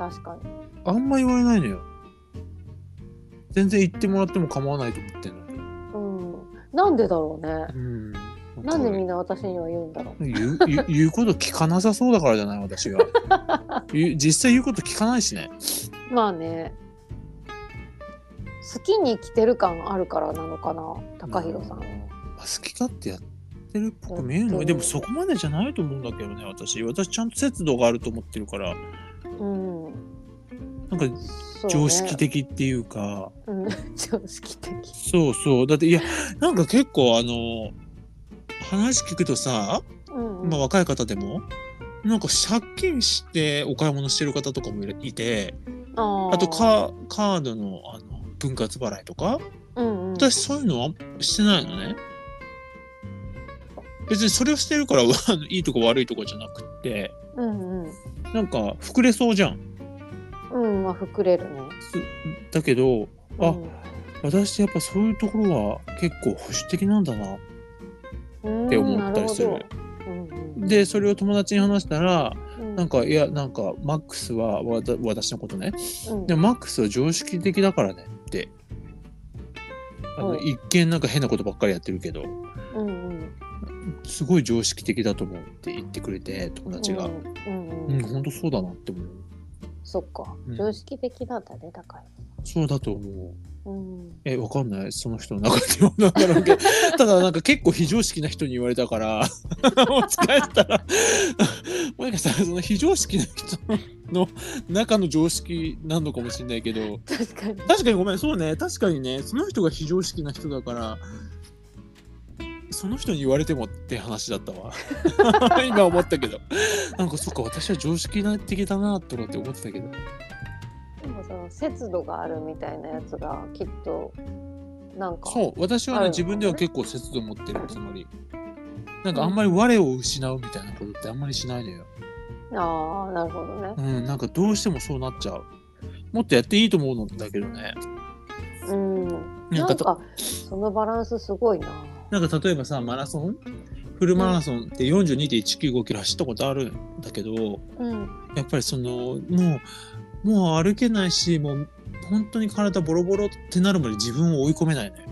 確かに
あんま言われないのよ。全然言ってもらっても構わないと思ってんの。
うんなんでだろうね
うん。
なんでみん
な
な私には言うんだろう
言う言う言うこと聞かなさそうだからじゃない私が言う実際言うこと聞かないしね
まあね好きに生きてる感あるからなのかな高弘さん
まあ好き勝手やってるっぽく見える
や
の
って
か
る
でもそこまでじゃないと思うんだけどね私私ちゃんと節度があると思ってるから
うん
なんか
そうね
常識的っていうか
うん、 常識的
そう,、そうだっていやなんか結構あの話聞くとさ、
うんうん
まあ、若い方でもなんか借金してお買い物してる方とかもいるいて
あー
あとカーカードのあの分割払いとか
うんうん、
私そういうのはしてないのね。別にそれをしてるから あのいいとこ悪いとこじゃなくって
うんうん
なんか膨れそうじゃん。
うんまあ膨れるね
すだけどあ私ってやっぱそういうところは結構保守的なんだな。
うん、
って思ったりする
うんなほどうんうん
でそれを友達に話したら
うん
なんかいやなんかマックスはわた私のことね
うん
でもマックスは常識的だからねってあ
う
の
ん
一見なんか変なことばっかりやってるけど
うんうん
すごい常識的だと思うって言ってくれて友達が
う。んうんう
うんん、本当そうだなって思う。
そっか
うん
常識的なんだねだから
そうだと思う。
うん
え、わかんない。その人の中ではなんだろうけど。ただ、なんか結構非常識な人に言われたから、 もしかしたら、もしかしたら、その非常識な人の中の常識なのかもしれないけど、
確かに
確かにごめん、そうね。確かにね、その人が非常識な人だから、その人に言われてもって話だったわ。 今思ったけど。なんかそっか、私は常識的だなとかって思ってたけど。
でもその節度があるみたいなやつがきっとなんか
そう私は
あ
ね
るのか
自
もね
分では結構節度持ってるつまりなんかあんまり我を失うみたいなことってあんまりしないのよ
ああなるほど ね
うんなんかどうしてもそうなっちゃうもっとやっていいと思うんだけどね
うん
な
なんん
か
か
と
そのバランスすごいな
なんか例えばさマラソンフルマラソンって42.195キロ走ったことあるんだけど
うん
やっぱりそのもうもう歩けないしもう本当に体ボロボロってなるまで自分を追い込めないのよ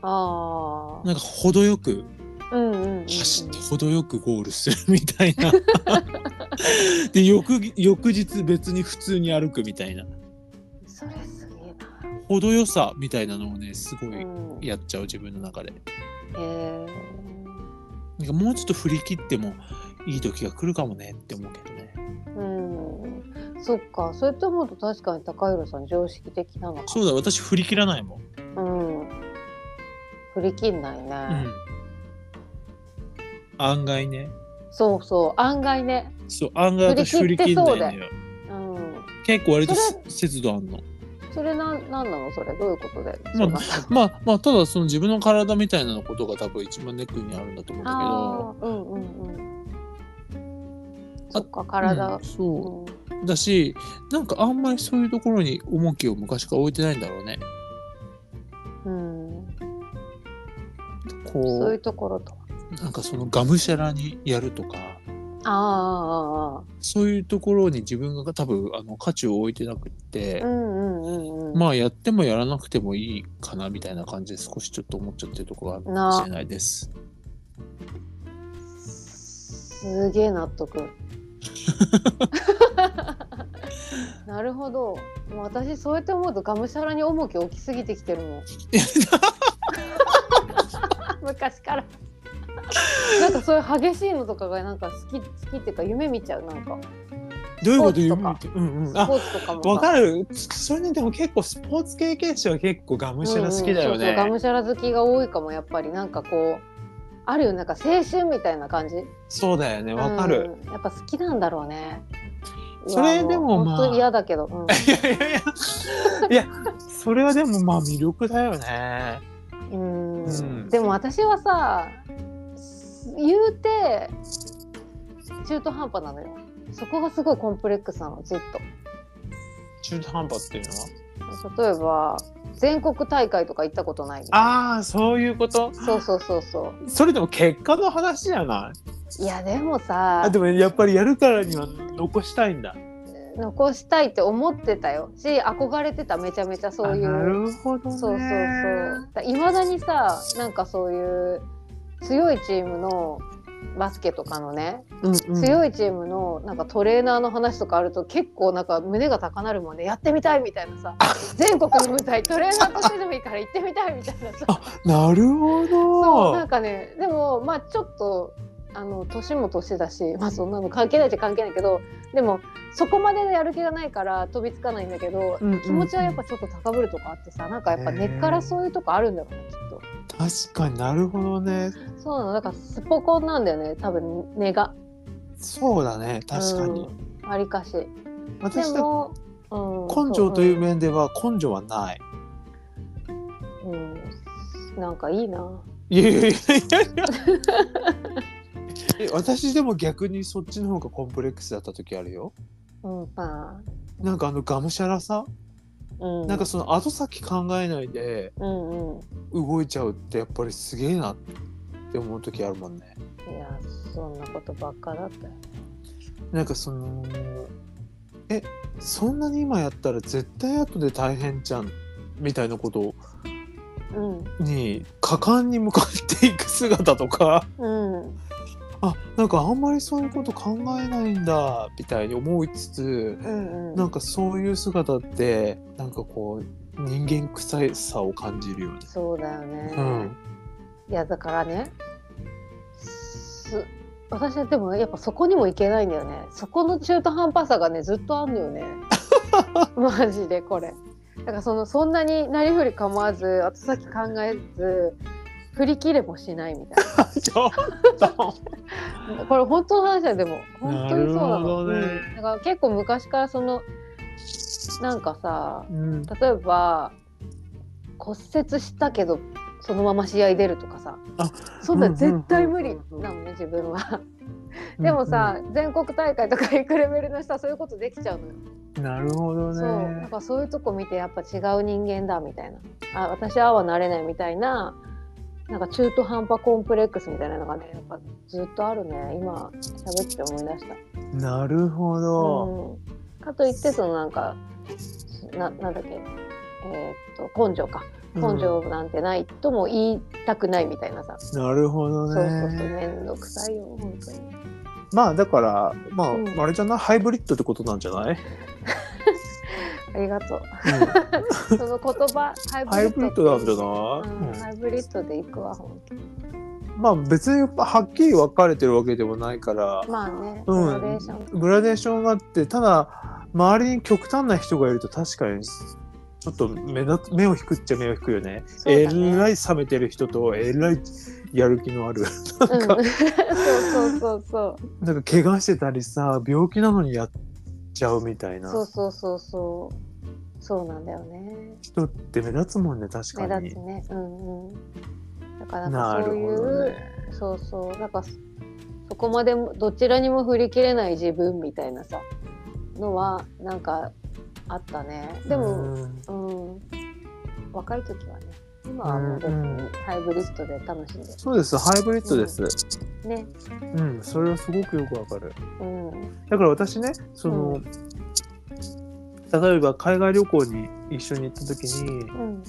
あ
なんか程よく
あうんうんうんうん
走って程よくゴールするみたいな で翌翌日別に普通に歩くみたいな
それすげえな
程よさみたいなのをねすごい
うん
やっちゃう自分の中で
へえ
なんかもうちょっと振り切ってもいい時が来るかもねって思うけどね
うんそっかそうやって思うと確かに高弘さん常識的なのか
そうだ私振り切らないもん、
うん振り切んないうね、
ん、案外ね
そうそう案外ね
そう案外私振り切んないの
振り
よ
うん
結構割と
そ
節度あんの
それなんなんなのそれどういうことで
まあ
そうなった
まあまあただその自分の体みたいなことが多分一番ネックにあるんだと思うんだけど
あーうんうんうん
あ
そっか体、
う
うんん
そうだしなんかあんまりそういうところに重きを昔から置いてないんだろうね
うん、そう
こ
いうところと
うなんかそのがむしゃらにやるとか
あ
そういうところに自分が多分あの価値を置いてなくって
あ、うんうんうんうん
まあやってもやらなくてもいいかなみたいな感じで少しちょっと思っちゃってるところがあるかもしれないです
すげえ納 得なるほどもう私そうやって思うとがむしゃらに重き置きすぎてきてるもん 昔からなんかそういう激しいのとかがなんか好き好きっていうか夢見ちゃうなんか
どういうこと
ス
言
ポーツとか
ううんうん
ス
あ
ポーツとかもさ
わかるそれねでも結構スポーツ経験者は結構がむしゃら好きだよ
うんうんそうそう
ね、
がむしゃら好きが多いかもやっぱりなんかこうあるよなんか青春みたいな感じ
そうだよねわかる、
うんやっぱ好きなんだろうね
それでも
うわ
まあ
う本当嫌だけど、うん
いやいやいやいやそれはでもまあ魅力だよね
うん
うん
でも私はさ言うて中途半端なのよそこがすごいコンプレックスなのずっ
中途半端っていうのは
と例えば全国大会とか行ったことないみたいな
ああそういうこと
そうそうそうそ
それでも結果の話じゃないう
いやでもさ
あでもやっぱりやるからには残したいんだ
残したいって思ってたよし憧れてためちゃめちゃそうい
あな
う
るほどね
そうそうそういまだにさなんかそういう強いチームのバスケとかのね、
うんうん
強いチームのなんかトレーナーの話とかあると結構なんか胸が高鳴るもんねやってみたいみたいなさ全国の舞台トレーナーとしてでもいいから行ってみたいみたいなさ
あなるほ
そうな
ど
んかねでもまあちょっとあの年も年だしまあそんなの関係ないっちゃ関係ないけどでもそこまでのやる気がないから飛びつかないんだけど、
うんうんうん
気持ちはやっぱちょっと高ぶるとかあってさなんかやっぱ根っからそういうとこあるんだろうねきっと
確かになるほどね
そうなのだからスポコンなんだよね多分根が
そうだね確かに、
うんわりかしで
私は
も、うん
根性という面では根性はない
そううん、うんなんかいいない
やいや いやいやいやえ私でも逆にそっちの方がコンプレックスだった時あるよ
うんまあ
なんかあのがむしゃらさ、
うん
なんかその後先考えないで
うんうん
動いちゃうってやっぱりすげえなって思う時あるもんね
いやそんなことばっかだったよ
なんかそのえそんなに今やったら絶対後で大変じゃんみたいなこと
うん
に果敢に向かっていく姿とか
うん
あなんかあんまりそういうこと考えないんだみたいに思いつつ
うんう
なん
ん
かそういう姿ってなんかこう人間臭いさを感じるよね。
そうだよね、
うん、
いやだからねす私はでもやっぱそこにも行けないんだよねそこの中途半端さがねずっとあんの よねマジでこれだからそのそんなになりふり構わず後先考えず振り切れもしないみたい
ちょっと
なこれ本当の話だよでも本当にそ
な
うな
るほ
の
どね
うんだから結構昔からそのなんかさ
うん、
例えば骨折したけどそのまま試合出るとかさ
あ
そんな
うんんうんうん
絶対無理なのね自分はでもさ、全国大会とか行くレベルの人はそういうことできちゃうのよ、
うんなるほど
そうなん
ね。
かそういうとこ見てやっぱ違う人間だみたいなあ私はああはなれないみたいななんか中途半端コンプレックスみたいなのがねやっぱずっとあるね今喋って思い出した
なるほど。
うん、かといってそのなんかななんだっけえーっと根性か根性なんてないとも言いたくないみたいなさ、
うんなるほど
そう
ね。
そうそう面倒くさいよ本当に
まあだからまあ、
うん
あれじゃないハイブリッドってことなんじゃない？
ありが とう
うん
その言葉ハ
ハイブリッドなんじゃ
うん
ない？
ハイブリッドで行くわ本当に
うんまあ別にはっきり分かれてるわけでもないから。
まあね
うん
グラデーション、
グラデーションがあってただ周りに極端な人がいると確かにちょっと目だ目を引くっちゃ目を引くよね
そうだね
えらい冷めてる人とえらいやる気のある
うん、
なんか
そうそうそうそう
なんか怪我してたりさ病気なのにやっちゃうみたい
そう
な
そうそうそうそうなんだよね
人って目立つもんね確
目
かに
立つ。ねうんうんだからな
なん
かそ
る
うい
ほ
う、
どね。
そうそうなんかそそこまでもどちらにも振り切れない自分みたいなさのはなんかあったねでも
うん
うん、若い時はね今はもう別
うんう
に
ん
ハイブリッドで楽しんで
そうですハイブリッドです。
ね
うん、それはすごくよくわかる。
うん
だから私ねその、例えば海外旅行に一緒に行った時に、
うん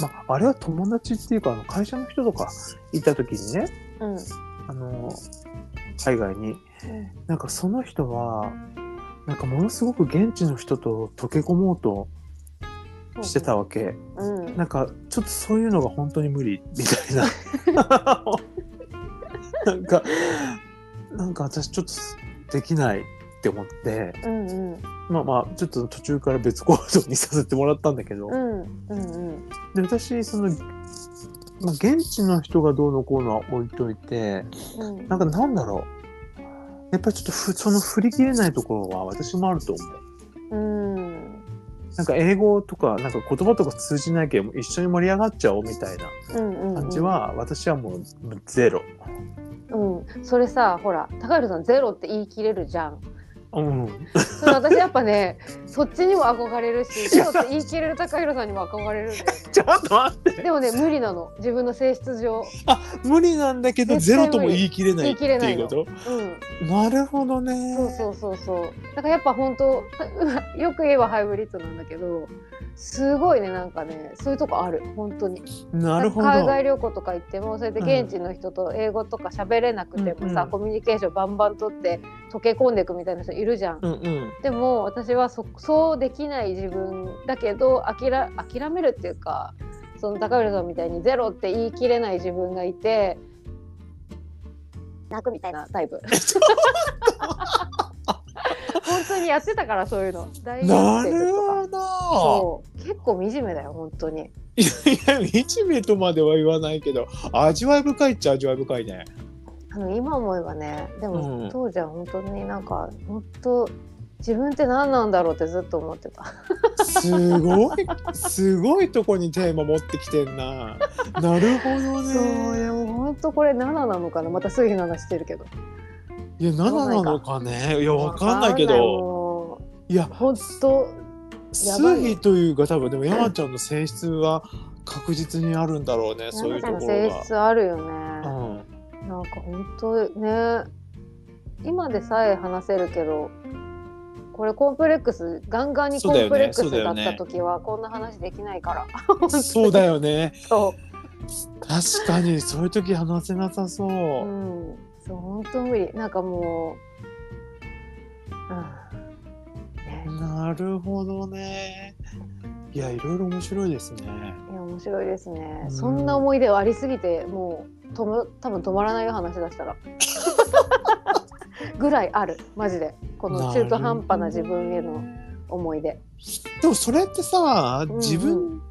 まあ、あれは友達っていうかあの会社の人とかいた時にね
うん
あの海外に。なんかその人は、なんかものすごく現地の人と溶け込もうとしてたわけ。
うん、うん
なんかちょっとそういうのが本当に無理みたいな。なんか、なんか私ちょっとできないって思って、
うんうん
まあまあちょっと途中から別行動にさせてもらったんだけど、
うんうん
で私その、まあ、現地の人がどうのこうのは置いといて
うん
なんかなんだろうやっぱりちょっとふその振り切れないところは私もあると思う
うん
なんか英語とかなんか言葉とか通じないけど一緒に盛り上がっちゃおうみたいな
うん
感じは、私はもうゼロ
うん、それさほら高弘さんゼロって言い切れるじゃん
うん
それ私やっぱねそっちにも憧れるしゼロって言い切れる高弘さんにも憧れるんだよ ね
ちょっと待って
でもね無理なの自分の性質上
無理なんだけどゼ
絶対無理
ロとも言い切れないって
言い切れない
い
の
うこと
うん
なるほどね
そうそうそうそうだからやっぱ本当 よく言えばハイブリッドなんだけどすごいねなんかねそういうとこある本当に
なるほど
海外旅行とか行ってもそれで現地の人と英語とか喋れなくてもさ、
うんうん
コミュニケーションバンバン取って溶け込んでいくみたいな人いるじゃん、
うんうん
でも私はそそうできない自分だけど諦諦めるっていうかその高浦さんみたいにゼロって言い切れない自分がいて泣くみたいなタイプ。本当にやってたからそういうの大
な
学生
る
とか
ほど
そう結構惨めだよ本当に
いやいや惨めとまでは言わないけど味わい深いっちゃ味わい深いね
あの今思えばねでも、
うん
当時は本当になんか本当自分って何なんだろうってずっと思ってた
すごいすごいとこにテーマ持ってきてんななるほど
そうで
ね
も本当これ7なのかなまたすぐに話してるけど
いや何なのかねいやわかんないけど
ど
いや
本当やばい
数比というか多分でも山ちゃんの性質は確実にあるんだろうねそういう
山ち
と
ゃん
こ
の性
ろ
質あるよね、
が。
なんか本当ね今でさえ話せるけどこれコンプレックスガンガンにコンプレック
そう
ス
だ
だ
よ
っ
ね
た時はこんな話できないから
うん、そうだよ ね
そ,、
確かにそういう時話せなさそう
う
う、
ん、そう本当無理なんかもう、うんね、
なるほどねいやいろいろ面白いですね
いや面白いですね、
うん
そんな思い出はありすぎてもうとむ多分止まらないよ話し 出したらぐらいあるマジでこの中途半端な自分への思い出
でもそれってさ
うんうん
自分、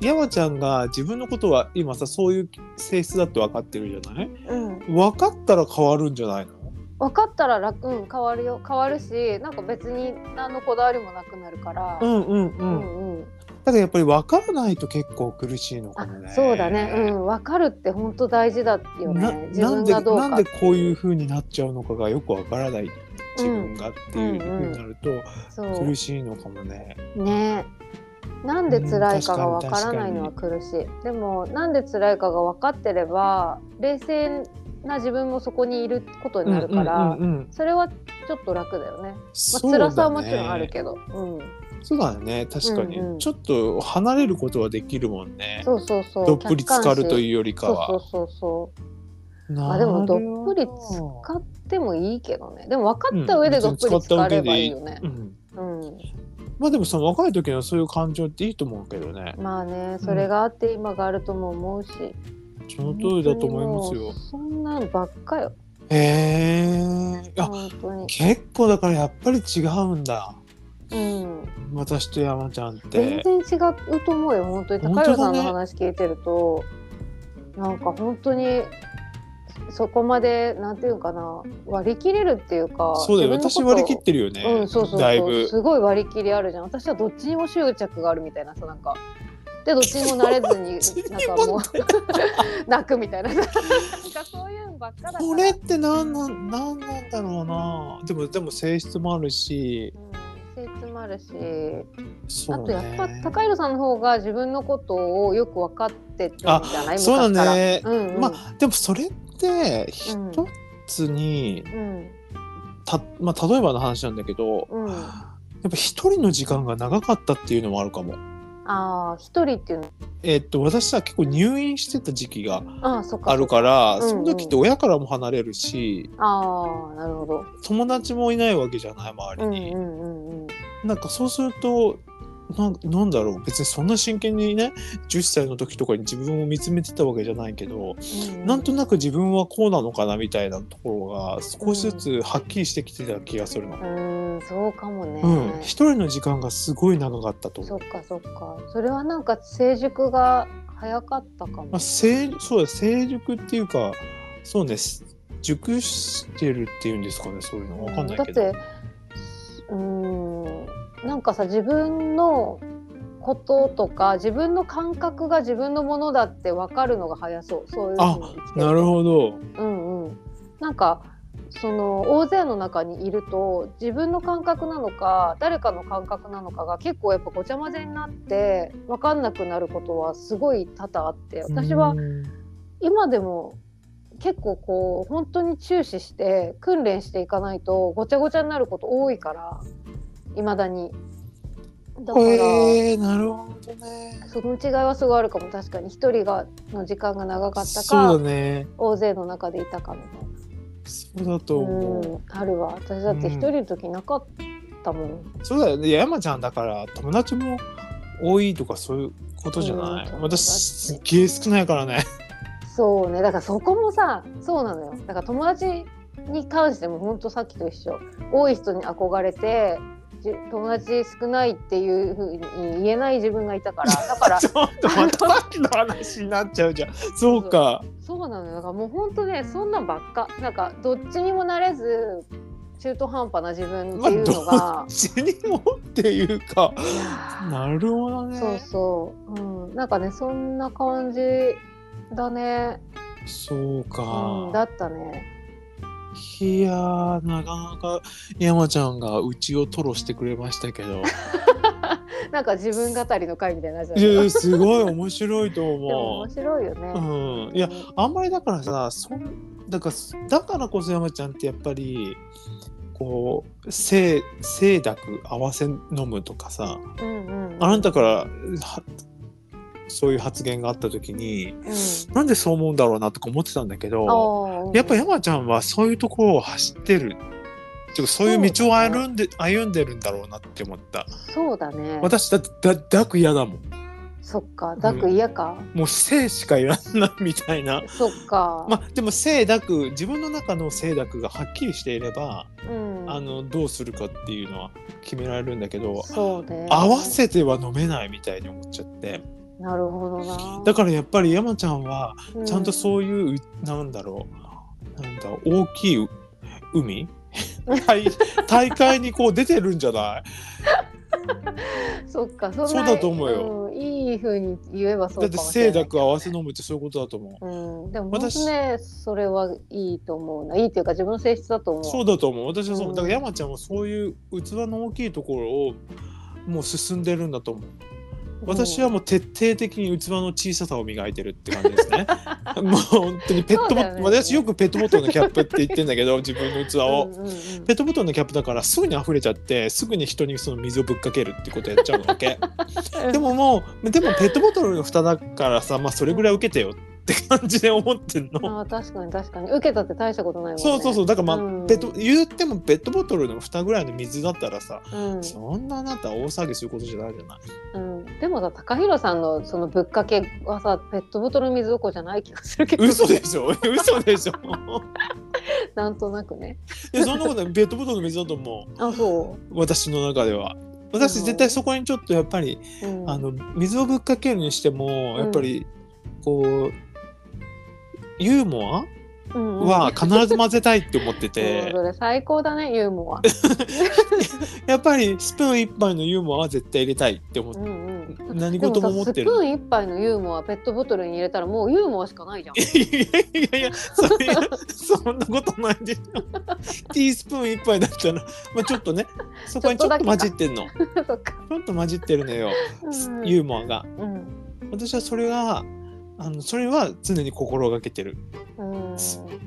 山ちゃんが自分のことは今さそういう性質だって分かってるじゃない
うん、
分かったら変わるんじゃないの
分かったら楽、うん、変わるよ変わるしなんか別に何のこだわりもなくなるから、
うんうんう、
うんんうん
ただやっぱり分からないと結構苦しいのか
あ
もね
そうだね、うん、分かるって本当大事だよ
な
ね自
なん
分
で
がどう
な
か
んでこういう風になっちゃうのかがよく分からない自分がっていう風になると
そう
苦しいのかもね、
ねなんで辛いかが
うん
分
確
か
かに
らないのは苦しいでもなんで辛いかが分かってれば冷静な自分もそこにいること
う
に
ん、
なるから、
うんうんうん
それはちょっと楽だよね、まあ、
そうだね
辛さはもちろんあるけどう、ん、
そうだね確かに、
うんうん
ちょっと離れることはできるもんね
そうそうそう
どっぷり浸かるという
う
よりか
そう
は
そうそうそう
ま
まあでもどっぷり使ってもいいけどね。でも分かった上でどっぷり使えばいいよね
う。ん、
うん。
まあでもその若い時のそういう感情っていいと思うけどね
まあね、それがあって今があるとも思うし。
その通りだと思います
もう
よ
そんなんばっかよ。
へえー、あ
本当に。
結構だからやっぱり違うんだ
うん。
私と山ちゃんって
全然違うと思うよ。本当に高
本当だね
弘さんの話聞いてると、なんか本当に。そこまでなんていうのかな割り切れるっていうか
そうだよ
自
私
分
割
のこと
り切ってるよね、
うん、そうそう
だい
そう
ぶ
すごい割り切りあるじゃん私はどっちにも執着があるみたいなさなんかでどっちにもなれ ずになんかもう 泣くみたいなさなんかそういうのばっかだから
これって何なんなんなんだろうなでもでも性質もあるし
うん性質もあるし、あ
そう、
と
ね、
やっぱ高弘さんの方が自分のことをよく分かってるんじゃない昔
そう
から
だね
うんうん、
まあでもそれって一つに、
うん
たまあ、例えばの話なんだけど、
うん
やっぱ一人の時間が長かったっていうのもあるかも。
ああ一人っていうの
えっと私さ結構入院してた時期が
ああそっか
あるから、
うんうん
その時って親からも離れるし
ああなるほど
友達もいないわけじゃない周
う
り
んう
に、
んうんうん
なんかそうするとなんなんだろう別にそんな真剣にね10歳の時とかに自分を見つめてたわけじゃないけど、なんとなく自分はこうなのかなみたいなところが少しずつはっきりしてきてた気がするの
う。んそうかもね、
うん、一人の時間がすごい長かったと思う
そっかそっかそれはなんか成熟が早かったかも、
まあ、成そうだ成熟っていうかそうねす熟してるっていうんですかねそういうのわかんないけど
だってうーんなんかさ自分のこととか自分の感覚が自分のものだって分かるのが早そうそういう
あなるほど
ど、うんうん、なんかその大勢の中にいると自分の感覚なのか誰かの感覚なのかが結構やっぱごちゃ混ぜになって分かんなくなることはすごい多々あって私は
うん
今でも結構こう本当に注視して訓練していかないとごちゃごちゃになること多いからいまだにだから、
えー、なるほどね
その違いはすごいあるかも確かに一人がの時間が長かった
そう
か、
だね
大勢の中でいたかみたいな
そうだと思う、
うんあるわ私だって一人の時なかったもん、
そうだよね山ちゃんだから友達も多いとかそういうことじゃない、
うん
私すっげえ少ないからね
そうねだからそこもさそうなのよだから友達に関しても本当さっきと一緒多い人に憧れてじ友達少ないっていうふうに言えない自分がい たからだから
ちょっとまたさっきの話になっちゃうじ ゃんそうか
そうなのよだからもう本当ねそんなんばっかなんかどっちにもなれず中途半端な自分っていうのが、
まあどっちにもっていうか
いや
なるほどね
ー そうそう、うん、なんかねそんな感じだね、
そうか、
うん、だったね
いやーなかなか山ちゃんがうちをトロしてくれましたけ ど
なんか自分語りの回みたいになっちゃう
い
けど
やいやすごい面白いと
でも
思
面白いよね。
う。うん、いやあんまりだからさそんだからだからこそ山ちゃんってやっぱりこう清清濁合わせ飲むとかさ
うんうんうん、
あなたからはそういう発言があった時に
うん
なんでそう思うんだろうなとか思ってたんだけど。
あー
やっぱ山ちゃんはそういうところを走ってるっていうかそういう道を歩んで歩んでるんだろうなって思った
そうだね。
私だってだダク嫌だもん
そっか、ダク嫌か。
もう性しかいらんないみたいな
そっか。
まあでも性ダク自分の中の性ダクがはっきりしていれば、
うん、
あのどうするかっていうのは決められるんだけど
そうね。
合わ。せては飲めないみたいに思っちゃって
なるほどな。
だからやっぱり山ちゃんは
ら
ちゃんとそういう、なんだろうなんだ大きい海 大大会にこう出てるんじゃない
うん。そっか、そんな
そうだと思うよ。
んいい風に言えばそ
だ
う
っ
か
て
もしれ
清
ない。
濁合わせ飲むってそういうことだと思う。
うん、でも本
私
当ね、それはいいと思うな。いいというか自分の性質だと思う。
そうだと思う私はそう、
うん
だから山ちゃんもそういう器の大きいところをもう進んでるんだと思う
うん
私はもう徹底的に器の小ささを磨いてるって感じです ねもう本当にペットボ
そうだ
トル、
よね
私よくペットボトルのキャップって言ってんだけ ど自分の器を、
うんうんうん
ペットボトルのキャップだからすぐに溢れちゃってすぐに人にその水をぶっかけるってことやっちゃうわ けでももうでもペットボトルの蓋だからさまあそれぐらい受けてよって感じで思ってんの。
あー確かに確かに受けたって大したことないもんね。
そうそうそうだからまあ、
うん
ペット言ってもペットボトルの蓋ぐらいの水だったらさ、
うん。
そんなあなた大騒ぎすることじゃないじゃない
うん、でもさ高弘さんのそのぶっかけはさペットボトル水おこじゃない気がするけど
嘘でしょ嘘でしょ
なんとなくね
いやそんなことないペットボトルの水だと思
あそう
私の中では私絶対そこにちょっとやっぱり
う、うん、
あの水をぶっかけるにしてもやっぱりこう、ユーモアは必ず混ぜたいって思って
うんうん、
て
それ最高だねユーモア
やっぱりスプーン一杯のユーモアは絶対入れたいって思っ
う
て
ん、うん
何
で
事も
も
思
さ
っ
スプ
てる
ーン一杯のユーモアペットボトルに入れたらもうユーモアしかないじゃん
いやいやいやそいやそんなことないでしょティースプーン一杯だったら、まあ、ちょっとねそこにちょっと混じってんのち
そっか、
ょっと混じってるのよ、
うん
ユーモアが
うん
私はそれはあのそれは常に心がけてる
うん、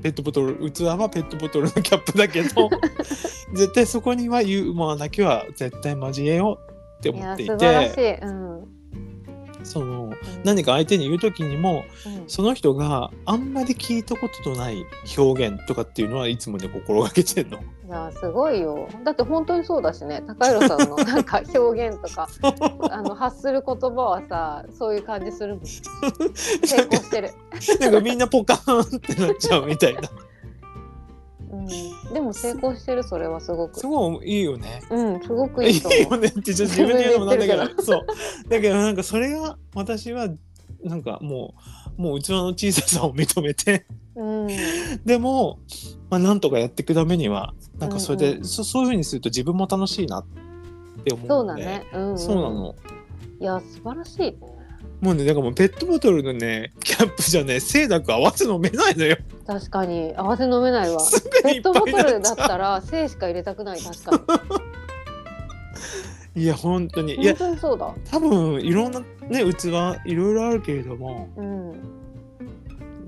ペットボトル器はペットボトルのキャップだけ ど絶対そこにはユーモアだけは絶対交えようって
い
思
や
ってい
素晴らしてい、うん、
その何か相手に言う時にも
うん
その人があんまり聞いたことのない表現とかっていうのはいつもね心がけてんの。
いやすごいよだって本当にそうだしね高弘さんのなんか表 現とかあの発する言葉はさそういう感じする もん成功してる、
なんかみんなポカーンってなっちゃうみたい な。
うん、でも成功してるそれはすごく
すごいいいよね。
うんすごく
い
い
い
いと思う
よねってちょっと自分で言うのもなんだけ
自分で言ってる
ど。そう。だけどなんかそれが私はなんかもうもう器の小ささを認めて
うん
でも、まあ、なんとかやっていくためにはなんかそれで、
うんうん
そそういうふうにすると自分も楽しいなって思う
そう
の
だ
で
ね、うんん
そうなの。
いや素晴らしい
もうねだからもうペットボトルのねキャップじゃね清濁合わせ飲めないのよ。
確かに合わせ飲めないわ
すぐ
ペ
にい
ッ
っぱ
トボ
い
ト
に
ル
な
だ
っ
っ
ちゃ
たら精しか入れたくない確か
う。いや本当に
に
いや
本当にそうだ
多分いろんなね器いろいろあるけれども
うん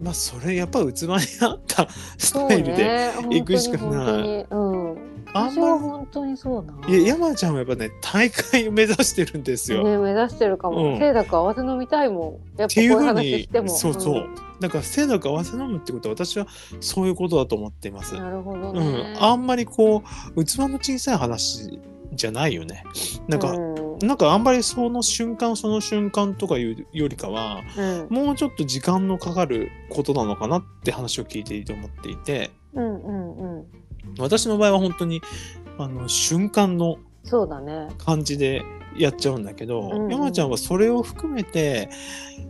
まあそれやっぱ器に合ったス
そう
タイルで、
ね
行くしか
本当に本当にうん
あん
私は
ま
本当にそうな
りいや山ちゃんはやっぱね大会を目指してるんですよ。
ね目指してるかも、
うん
清濁合わせ飲みたいもんやっぱこ
っ
う
てい
いうう
ふう
話
に
しても
そうそう、
ん
だから清濁合わせ飲むってことは私はそういうことだと思っています。
なるほど
う
ね、
ん、あんまりこう器の小さい話じゃないよね。なんか、
うん
なんかあんまりその瞬間その瞬間とかいうよりかは
うん
もうちょっと時間のかかることなのかなって話を聞いていて思っていて
うんうんうん
私の場合は本当にあの瞬間の
そうだね
感じでやっちゃうんだけど、
うんうん
山ちゃんはそれを含めて、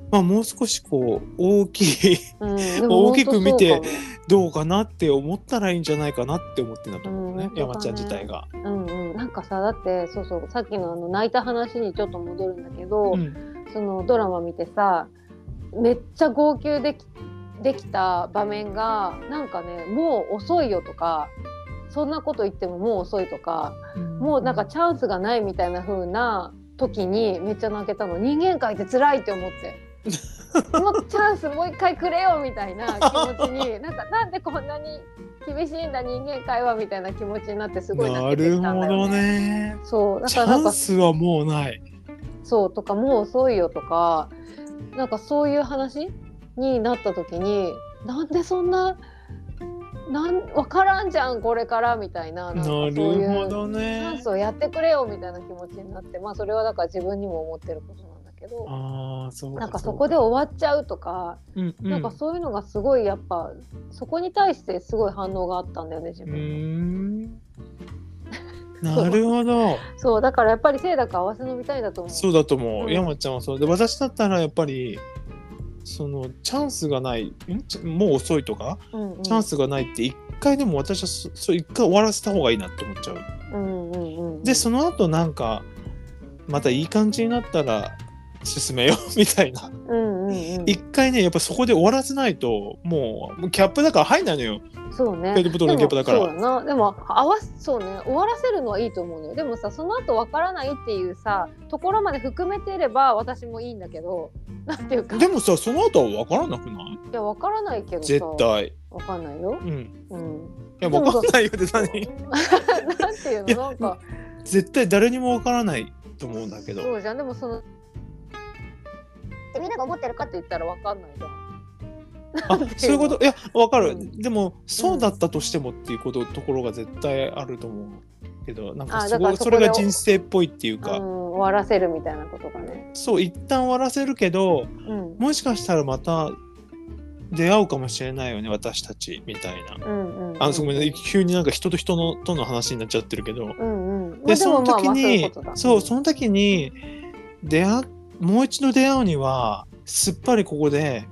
まあ、もう少しこう大きい
うん、で
大きく見て
本当
どうかなって思ったらいいんじゃないかなって思ってんだと思うね、
うん
山ちゃん自体が。
そうかもうんうん、なんかさだってそうそうさっきのあの泣いた話にちょっと戻るんだけど、
うん
そのドラマ見てさめっちゃ号泣できできた場面がなんかねもう遅いよとかそんなこと言ってももう遅いとかもうなんかチャンスがないみたいな風な時にめっちゃ泣けたの人間界って辛いって思 って。もうチャンスもう一回くれよみたいな気持ちになんかなんでこんなに厳しいんだ人間界はみたいな気持ちになってすごい
な
泣けて
る
きたん
ほ
だよ
ど
ね。
ね。
そうだ
チ
からな
ャ
んか
ンスはもうない。
そうとかもう遅いよとかなんかそういう話になった時になんでそんななん分からんじゃんこれからみたいななん
な
か
る
そうい
ほ
う
ど
チャ
ね
ン。スをやってくれよみたいな気持ちになってまあそれはだから自分にも思ってることなんだけど
ああ、そう
なんかそこで終わっちゃうとか、
ううん、
なんかそういうのがすごいやっぱそこに対してすごい反応があったんだよね自
うー
分、
ん。なるほど。
そうだからやっぱり清濁合わせ飲みたいだと思う
そうだと思う、
うん
山ちゃんはそうで私だったらやっぱりそのチャンスがないんちもう遅いとか、
うんうん
チャンスがないって一回でも私はそそう一回終わらせた方がいいなって思っちゃう
うんうんうんうん
でその後なんかまたいい感じになったら進めようみたいな
うんうんうん
一回ねやっぱそこで終わらせないともうもうキャップだから入んないのよ
そうね。
ペットボトルのゲップだから
でもそうだな。でも合わすそうね。終わらせるのはいいと思うのよ。でもさ、その後わからないっていうさ、ところまで含めていれば私もいいんだけど、なんていうか、
で
い
もさその後は分からなくない
やわからないけどさ、
絶対
わかんないよ
う。ん
うん。
いや
で
分
もさ
かんないよって何
なんていう
いや
のなんか
絶対誰にも分からないと思うんだけど
そうじゃん。でもそのみんなが思ってるかって言ったらわかんないじゃん。
あそういうこといやわかる、
うん
でもそうだったとしてもっていうことところが絶対あると思うけどなんか
あ
す
だか
ごい
らそ
そ
こ
れ
で
が人生っぽいっていうか、
うん、終わらせるみたいなことがね。
そう一旦終わらせるけど
うん。
もしかしたらまた出会うかもしれないよね私たちみたいな。
うんうん、うん。
あごめんね急になんか人と人のとの話になっちゃってるけど、
うんうん。ま
で
あ
そ
も
の
まあ
時
まあい
に
ことだ
そうその時に出会もう一度出会うにはすっぱりここで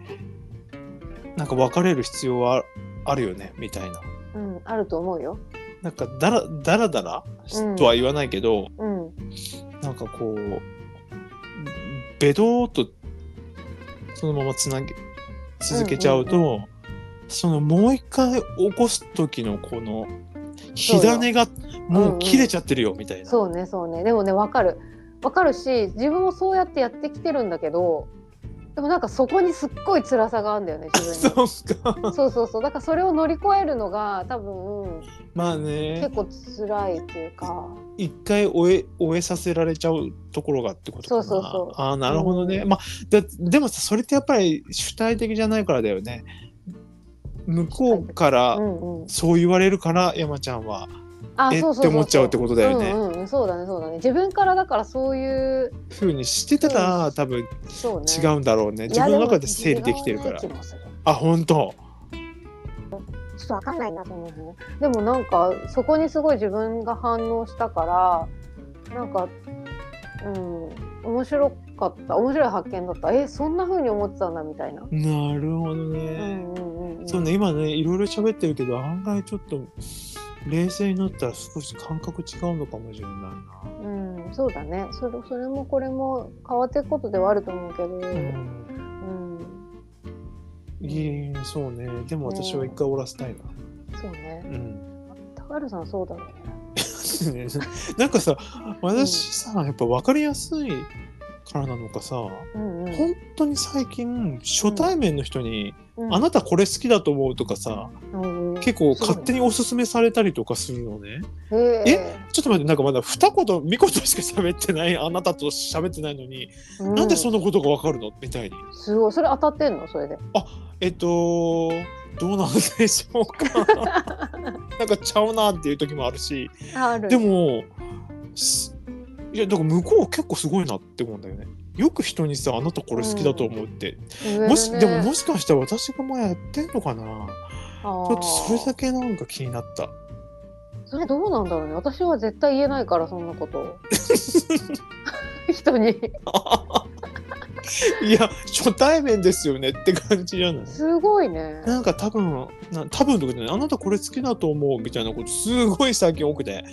なんか別れる必要はあるよねみたいな。
うん、あると思うよ。
なんかだらだらだら
うん
とは言わないけど、
うん。
なんかこうべどーっとそのままつなげ続けちゃうと、
うん
そのもう一回起こす時のこの火種がもう切れちゃってるよみたいな。
そうねそうねでもねわかるわかるし自分もそうやってやってきてるんだけどでもなんかそこにすっごい辛さがあるんだよね自分に
そうか
そうそうそうだからそれを乗り越えるのが多分
まあね
結構辛いっていうか
一回終え終えさせられちゃうところがってことかな
そうそうそう
ああなるほどね、
うん
まあだでもさそれってやっぱり主体的じゃないからだよね向こうから
うんうん
そう言われるから山ちゃんは
あ
え
そうそうそうそ
って思っ
う
ちゃうってことだよね
うんうんうんそうだねそうだね自分からだからそういう
ふうにしてたら多分
そうね
違うんだろうね
い
自
や
分の中
も
で整理できてるから
違う気もする
あ本当
ちょっとわかんないなと思うねでもなんかそこにすごい自分が反応したからなんかうん面白かった面白い発見だったえそんな風に思ってたんだみたいな、
なるほど
う
ね、
んうんうんうん、
そうね今ねいろいろ喋ってるけど案外ちょっと冷静になったら少し感覚違うのかもしれないな
うん、そうだねそれそれもこれも変わっていくことではあると思うけど、う
うんんいいそうねでも私は一回折らせたいな
そうね
うん、
高原さんそうだね
ねなんかさ私さやっぱ分かりやすいからなのかさ
うんうん
本当に最近初対面の人に「
うん
あなたこれ好きだと思う」とかさ
うんうん
結構勝手におすすめされたりとかするのね
へえ
ちょっと待ってなんかまだ二言三言しか喋ってないあなたと喋ってないのに、
う
なんでそんなことが分かるのみたいに
すごいそれ当たってんのそれで
えっとどうなんでしょうか なんかちゃうなっていう時もあるし
ある
でもすいやだから向こう結構すごいなって思うんだよねよく人にさあなたこれ好きだと思うって、
言えるね
もしでももしかしたら私がもうやってんのかなち
あ
ょ
ー
っとそれだけなんか気になった
それどうなんだろうね私は絶対言えないからそんなこと 人に
いや初対面ですよねって感じじゃない
すごいね
なんか多分な多分とかじゃないあなたこれ好きだと思うみたいなことすごい最近多くて
へ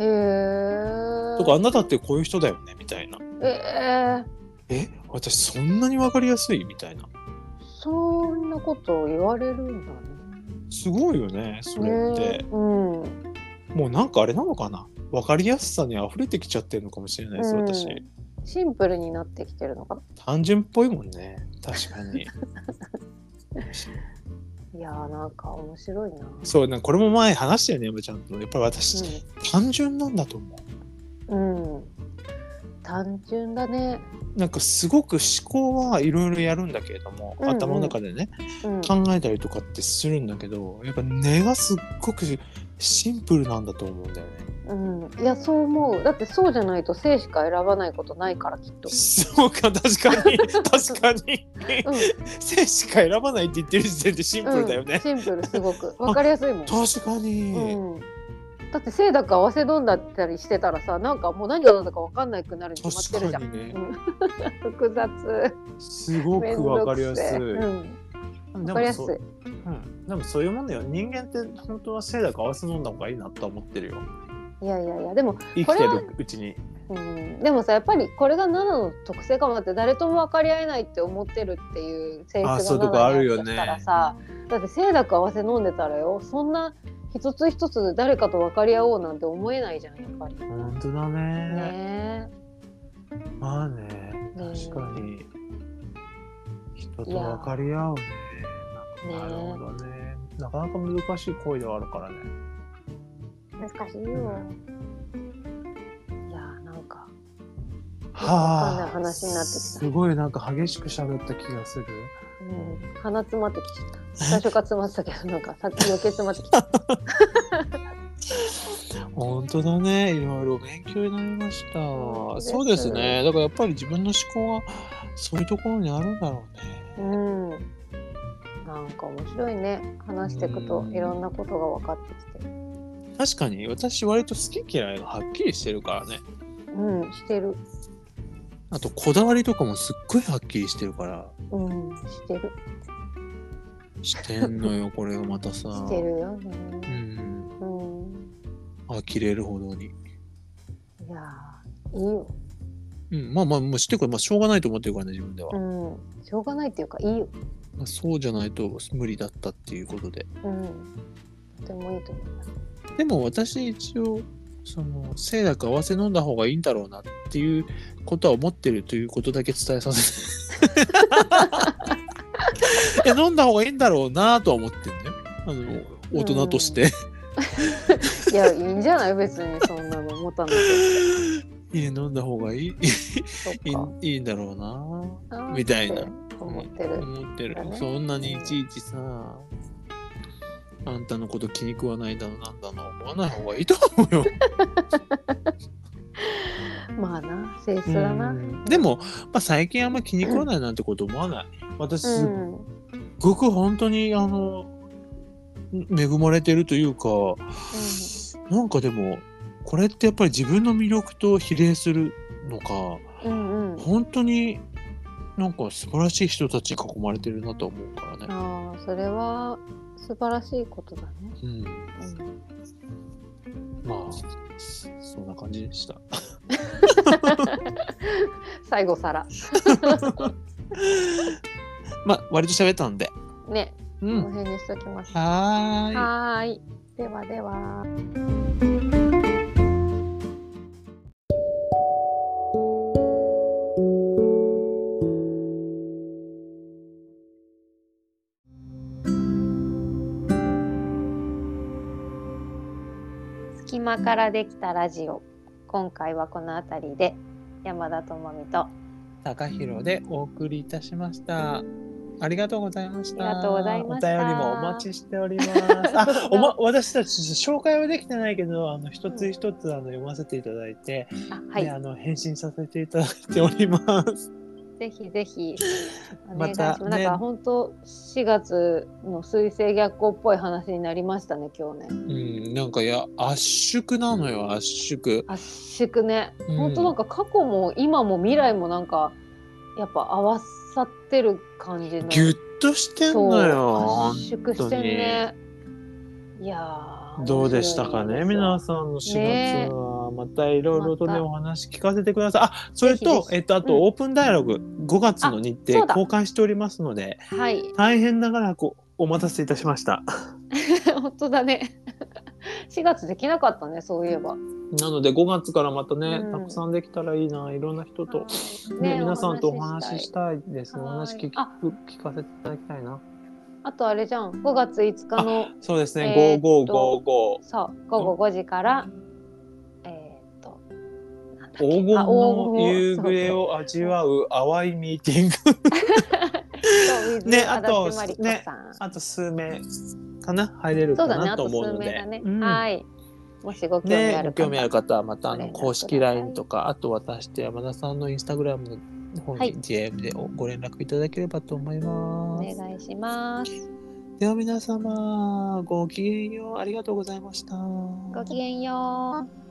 え
とかあなたってこういう人だよねみたいな
えー、
え私そんなに分かりやすいみたいな
そんなこと言われるんだね
すごいよねそれって。
ねうん
もうなんかあれなのかな分かりやすさに溢れてきちゃってるのかもしれないです、
うん
私
シンプルになってきてるのかな
単純っぽいもんね確かに
いやーなんか面白いな、う
そうなんかこれも前話したよね山ちゃんとやっぱり私、単純なんだと思
んうん、単純だね、
うなんかすごく思考はいろいろやるんだけれども、
うんうん
頭の中でね
うん、
考えたりとかってするんだけどやっぱ根がすっごくシンプルなんだと思うんだよね
うん、いやそう思うだってそうじゃないと性しか選ばないことないからきっと、
そうか確かに 確かに
うん、
性しか選ばないって言ってる時点でシンプルだよね、
うん、シンプルす ごくわかりやすいもん、
確かに、
うん、だって性だか合わせ飲んだったりしてたらさなんかもう何が何だかわかんないくなるに決まってる
確
じ
か
ゃ
に
ん、
ね
うん、複雑
すご
めん
く
ど
わ
く
かりやす
せ
い。
うん、
で
わかり
も
やす
そ、
いう
うん、でもそういうもんだよ。人間って本当は性だか合わせ飲んだ方がいいなとは思ってるよ。
いやいやいやでも、
生きてるうちに。
うん、でもさやっぱりこれが7の特性かもだって誰とも分かり合えないって思ってるっていう性質が
あそういうとこあるよ
7
ね
にあったらさだって性だけ合わせ飲んでたらよそんな一つ一つ誰かと分かり合おうなんて思えないじゃんやっぱり。ね
本当だね
え
まあね、確かに。人と分かり合うね。
ね
なるほどね。なかなか難しい恋ではあるからね。
難しいよ。いやーなんかわかん
は
ない
あ。
話になってきた
すごいなんか激しく喋った気がする。
うん、鼻詰まってきちゃった最初から詰まってたけどなんかさっき余計詰まってきちゃ った。
本当だねいろいろ勉強になりました
本当です
そうですねだからやっぱり自分の思考はそういうところにあるんだろう
う
ね
んなんか面白いね話していくと
うん
いろんなことが分かってきて
確かに私割と好き嫌いがはっきりしてるからね
うん、してる。
あとこだわりとかもすっごいはっきりしてるから
うん、してる。
してんの よこれがまたさ
してるよ
う
ね。
ん
うん。
呆れるほどに、
いやー、いいよ。
うん、まあまあもうしてこれ、まあ、しょうがないと思ってるからね自分では、
うん。しょうがないっていうか、いいよ。
まあ、そうじゃないと無理だったっていうことで
うん。とてもいいと思います。
でも私一応その性だけ合わせ飲んだ方がいいんだろうなっていうことは思ってるということだけ伝えさせて いや飲んだ方がいいんだろうなとは思ってるねあの大人として、
いやいいんじゃない別にそんなの持たなく
いい飲んだ方がいい
て
いい
そっ
いいんだろうな
かな
みたいな
って思ってる、
思ってる
だね
そんなにいちいちさあんたのこと気に食わないだのなんだの思わない方がいいと思うよ
まあな性質だな、
うんでも、まあ、最近あんま気に食わないなんてこと思わない私
う
すっ
ん
ごく本当にあの恵まれてるというかなんかでもこれってやっぱり自分の魅力と比例するのか
うんうんうん、
本当になんか素晴らしい人たちに囲まれてるなと思うからね。
ああそれは素晴らしいことだね、
うん、
うん、
まあそんな感じでした。
最後さら
まあ割と喋ったんで。
ね、
う
この
ん。
辺にしときます
はーい。
はーいではでは隙間からできたラジオ今回はこの辺りで山田智美とあ
高弘でお送りいたしました。ありがとうございました。
ありがとうございました
お便りもお待ちしており ます。あ、おま、私たち紹介はできてないけど、あの一つ一つあの読ませていただいて、
はい、
であの返信させていただいております。
ぜひぜ ひお願
ま
いしま
た
す。
ね
なんか本当4月の水星逆行っぽい話になりましたね今 日
う
ね。
ん、なんかいや圧縮なのよ圧縮。
圧縮ね。
うん
本当なんか過去も今も未来もなんかやっぱ合わさってる感じの。
ぎゅっとしてんのよ。
圧縮してんね。いやー
どうでしたかね、皆さんの4月
ね
は。またいろいろとね、
また
お話聞かせてください。あ、それ
ぜひ
と
ぜ、ひ
えっと、あ
うん
と、オープンダイアログ、5月の日
あそう
程
だ
公開しておりますので、
面白い ですよ。
大変長らくお待たせいたしました。
はい。本当だね。4月できなかったねそういえば。
なので、5月からまたね
うん、
たくさんできたらいいな、いろんな人と、ね、皆さんとお話ししたいですね。お話聞き
あ
聞かせていただきたいな。
あとあれじゃん5月5日の
そうですね、
えーっと
5555。
そう午後5時から、えー っとなんだっけ
黄金
あ黄
の
金
夕暮れを味わう淡いミーティング。
そうそう
ね
with
あと
足立まりこ
ね
さん
あと数名かな入れる
そ
か
うだねあ
なと
と
思う
数
の
名
で
だね、
うん
はいもしご興味
ね
ある
ご
方
興味ある方はまたあ
ご
の
連絡
公式
ください
LINE とかあと私と山田さんのインスタグラムの方
は
に
い
DM でご連絡いただければと思い
お
ます、
願いします
では皆様ごきげんようありがとうございました
ごきげんよう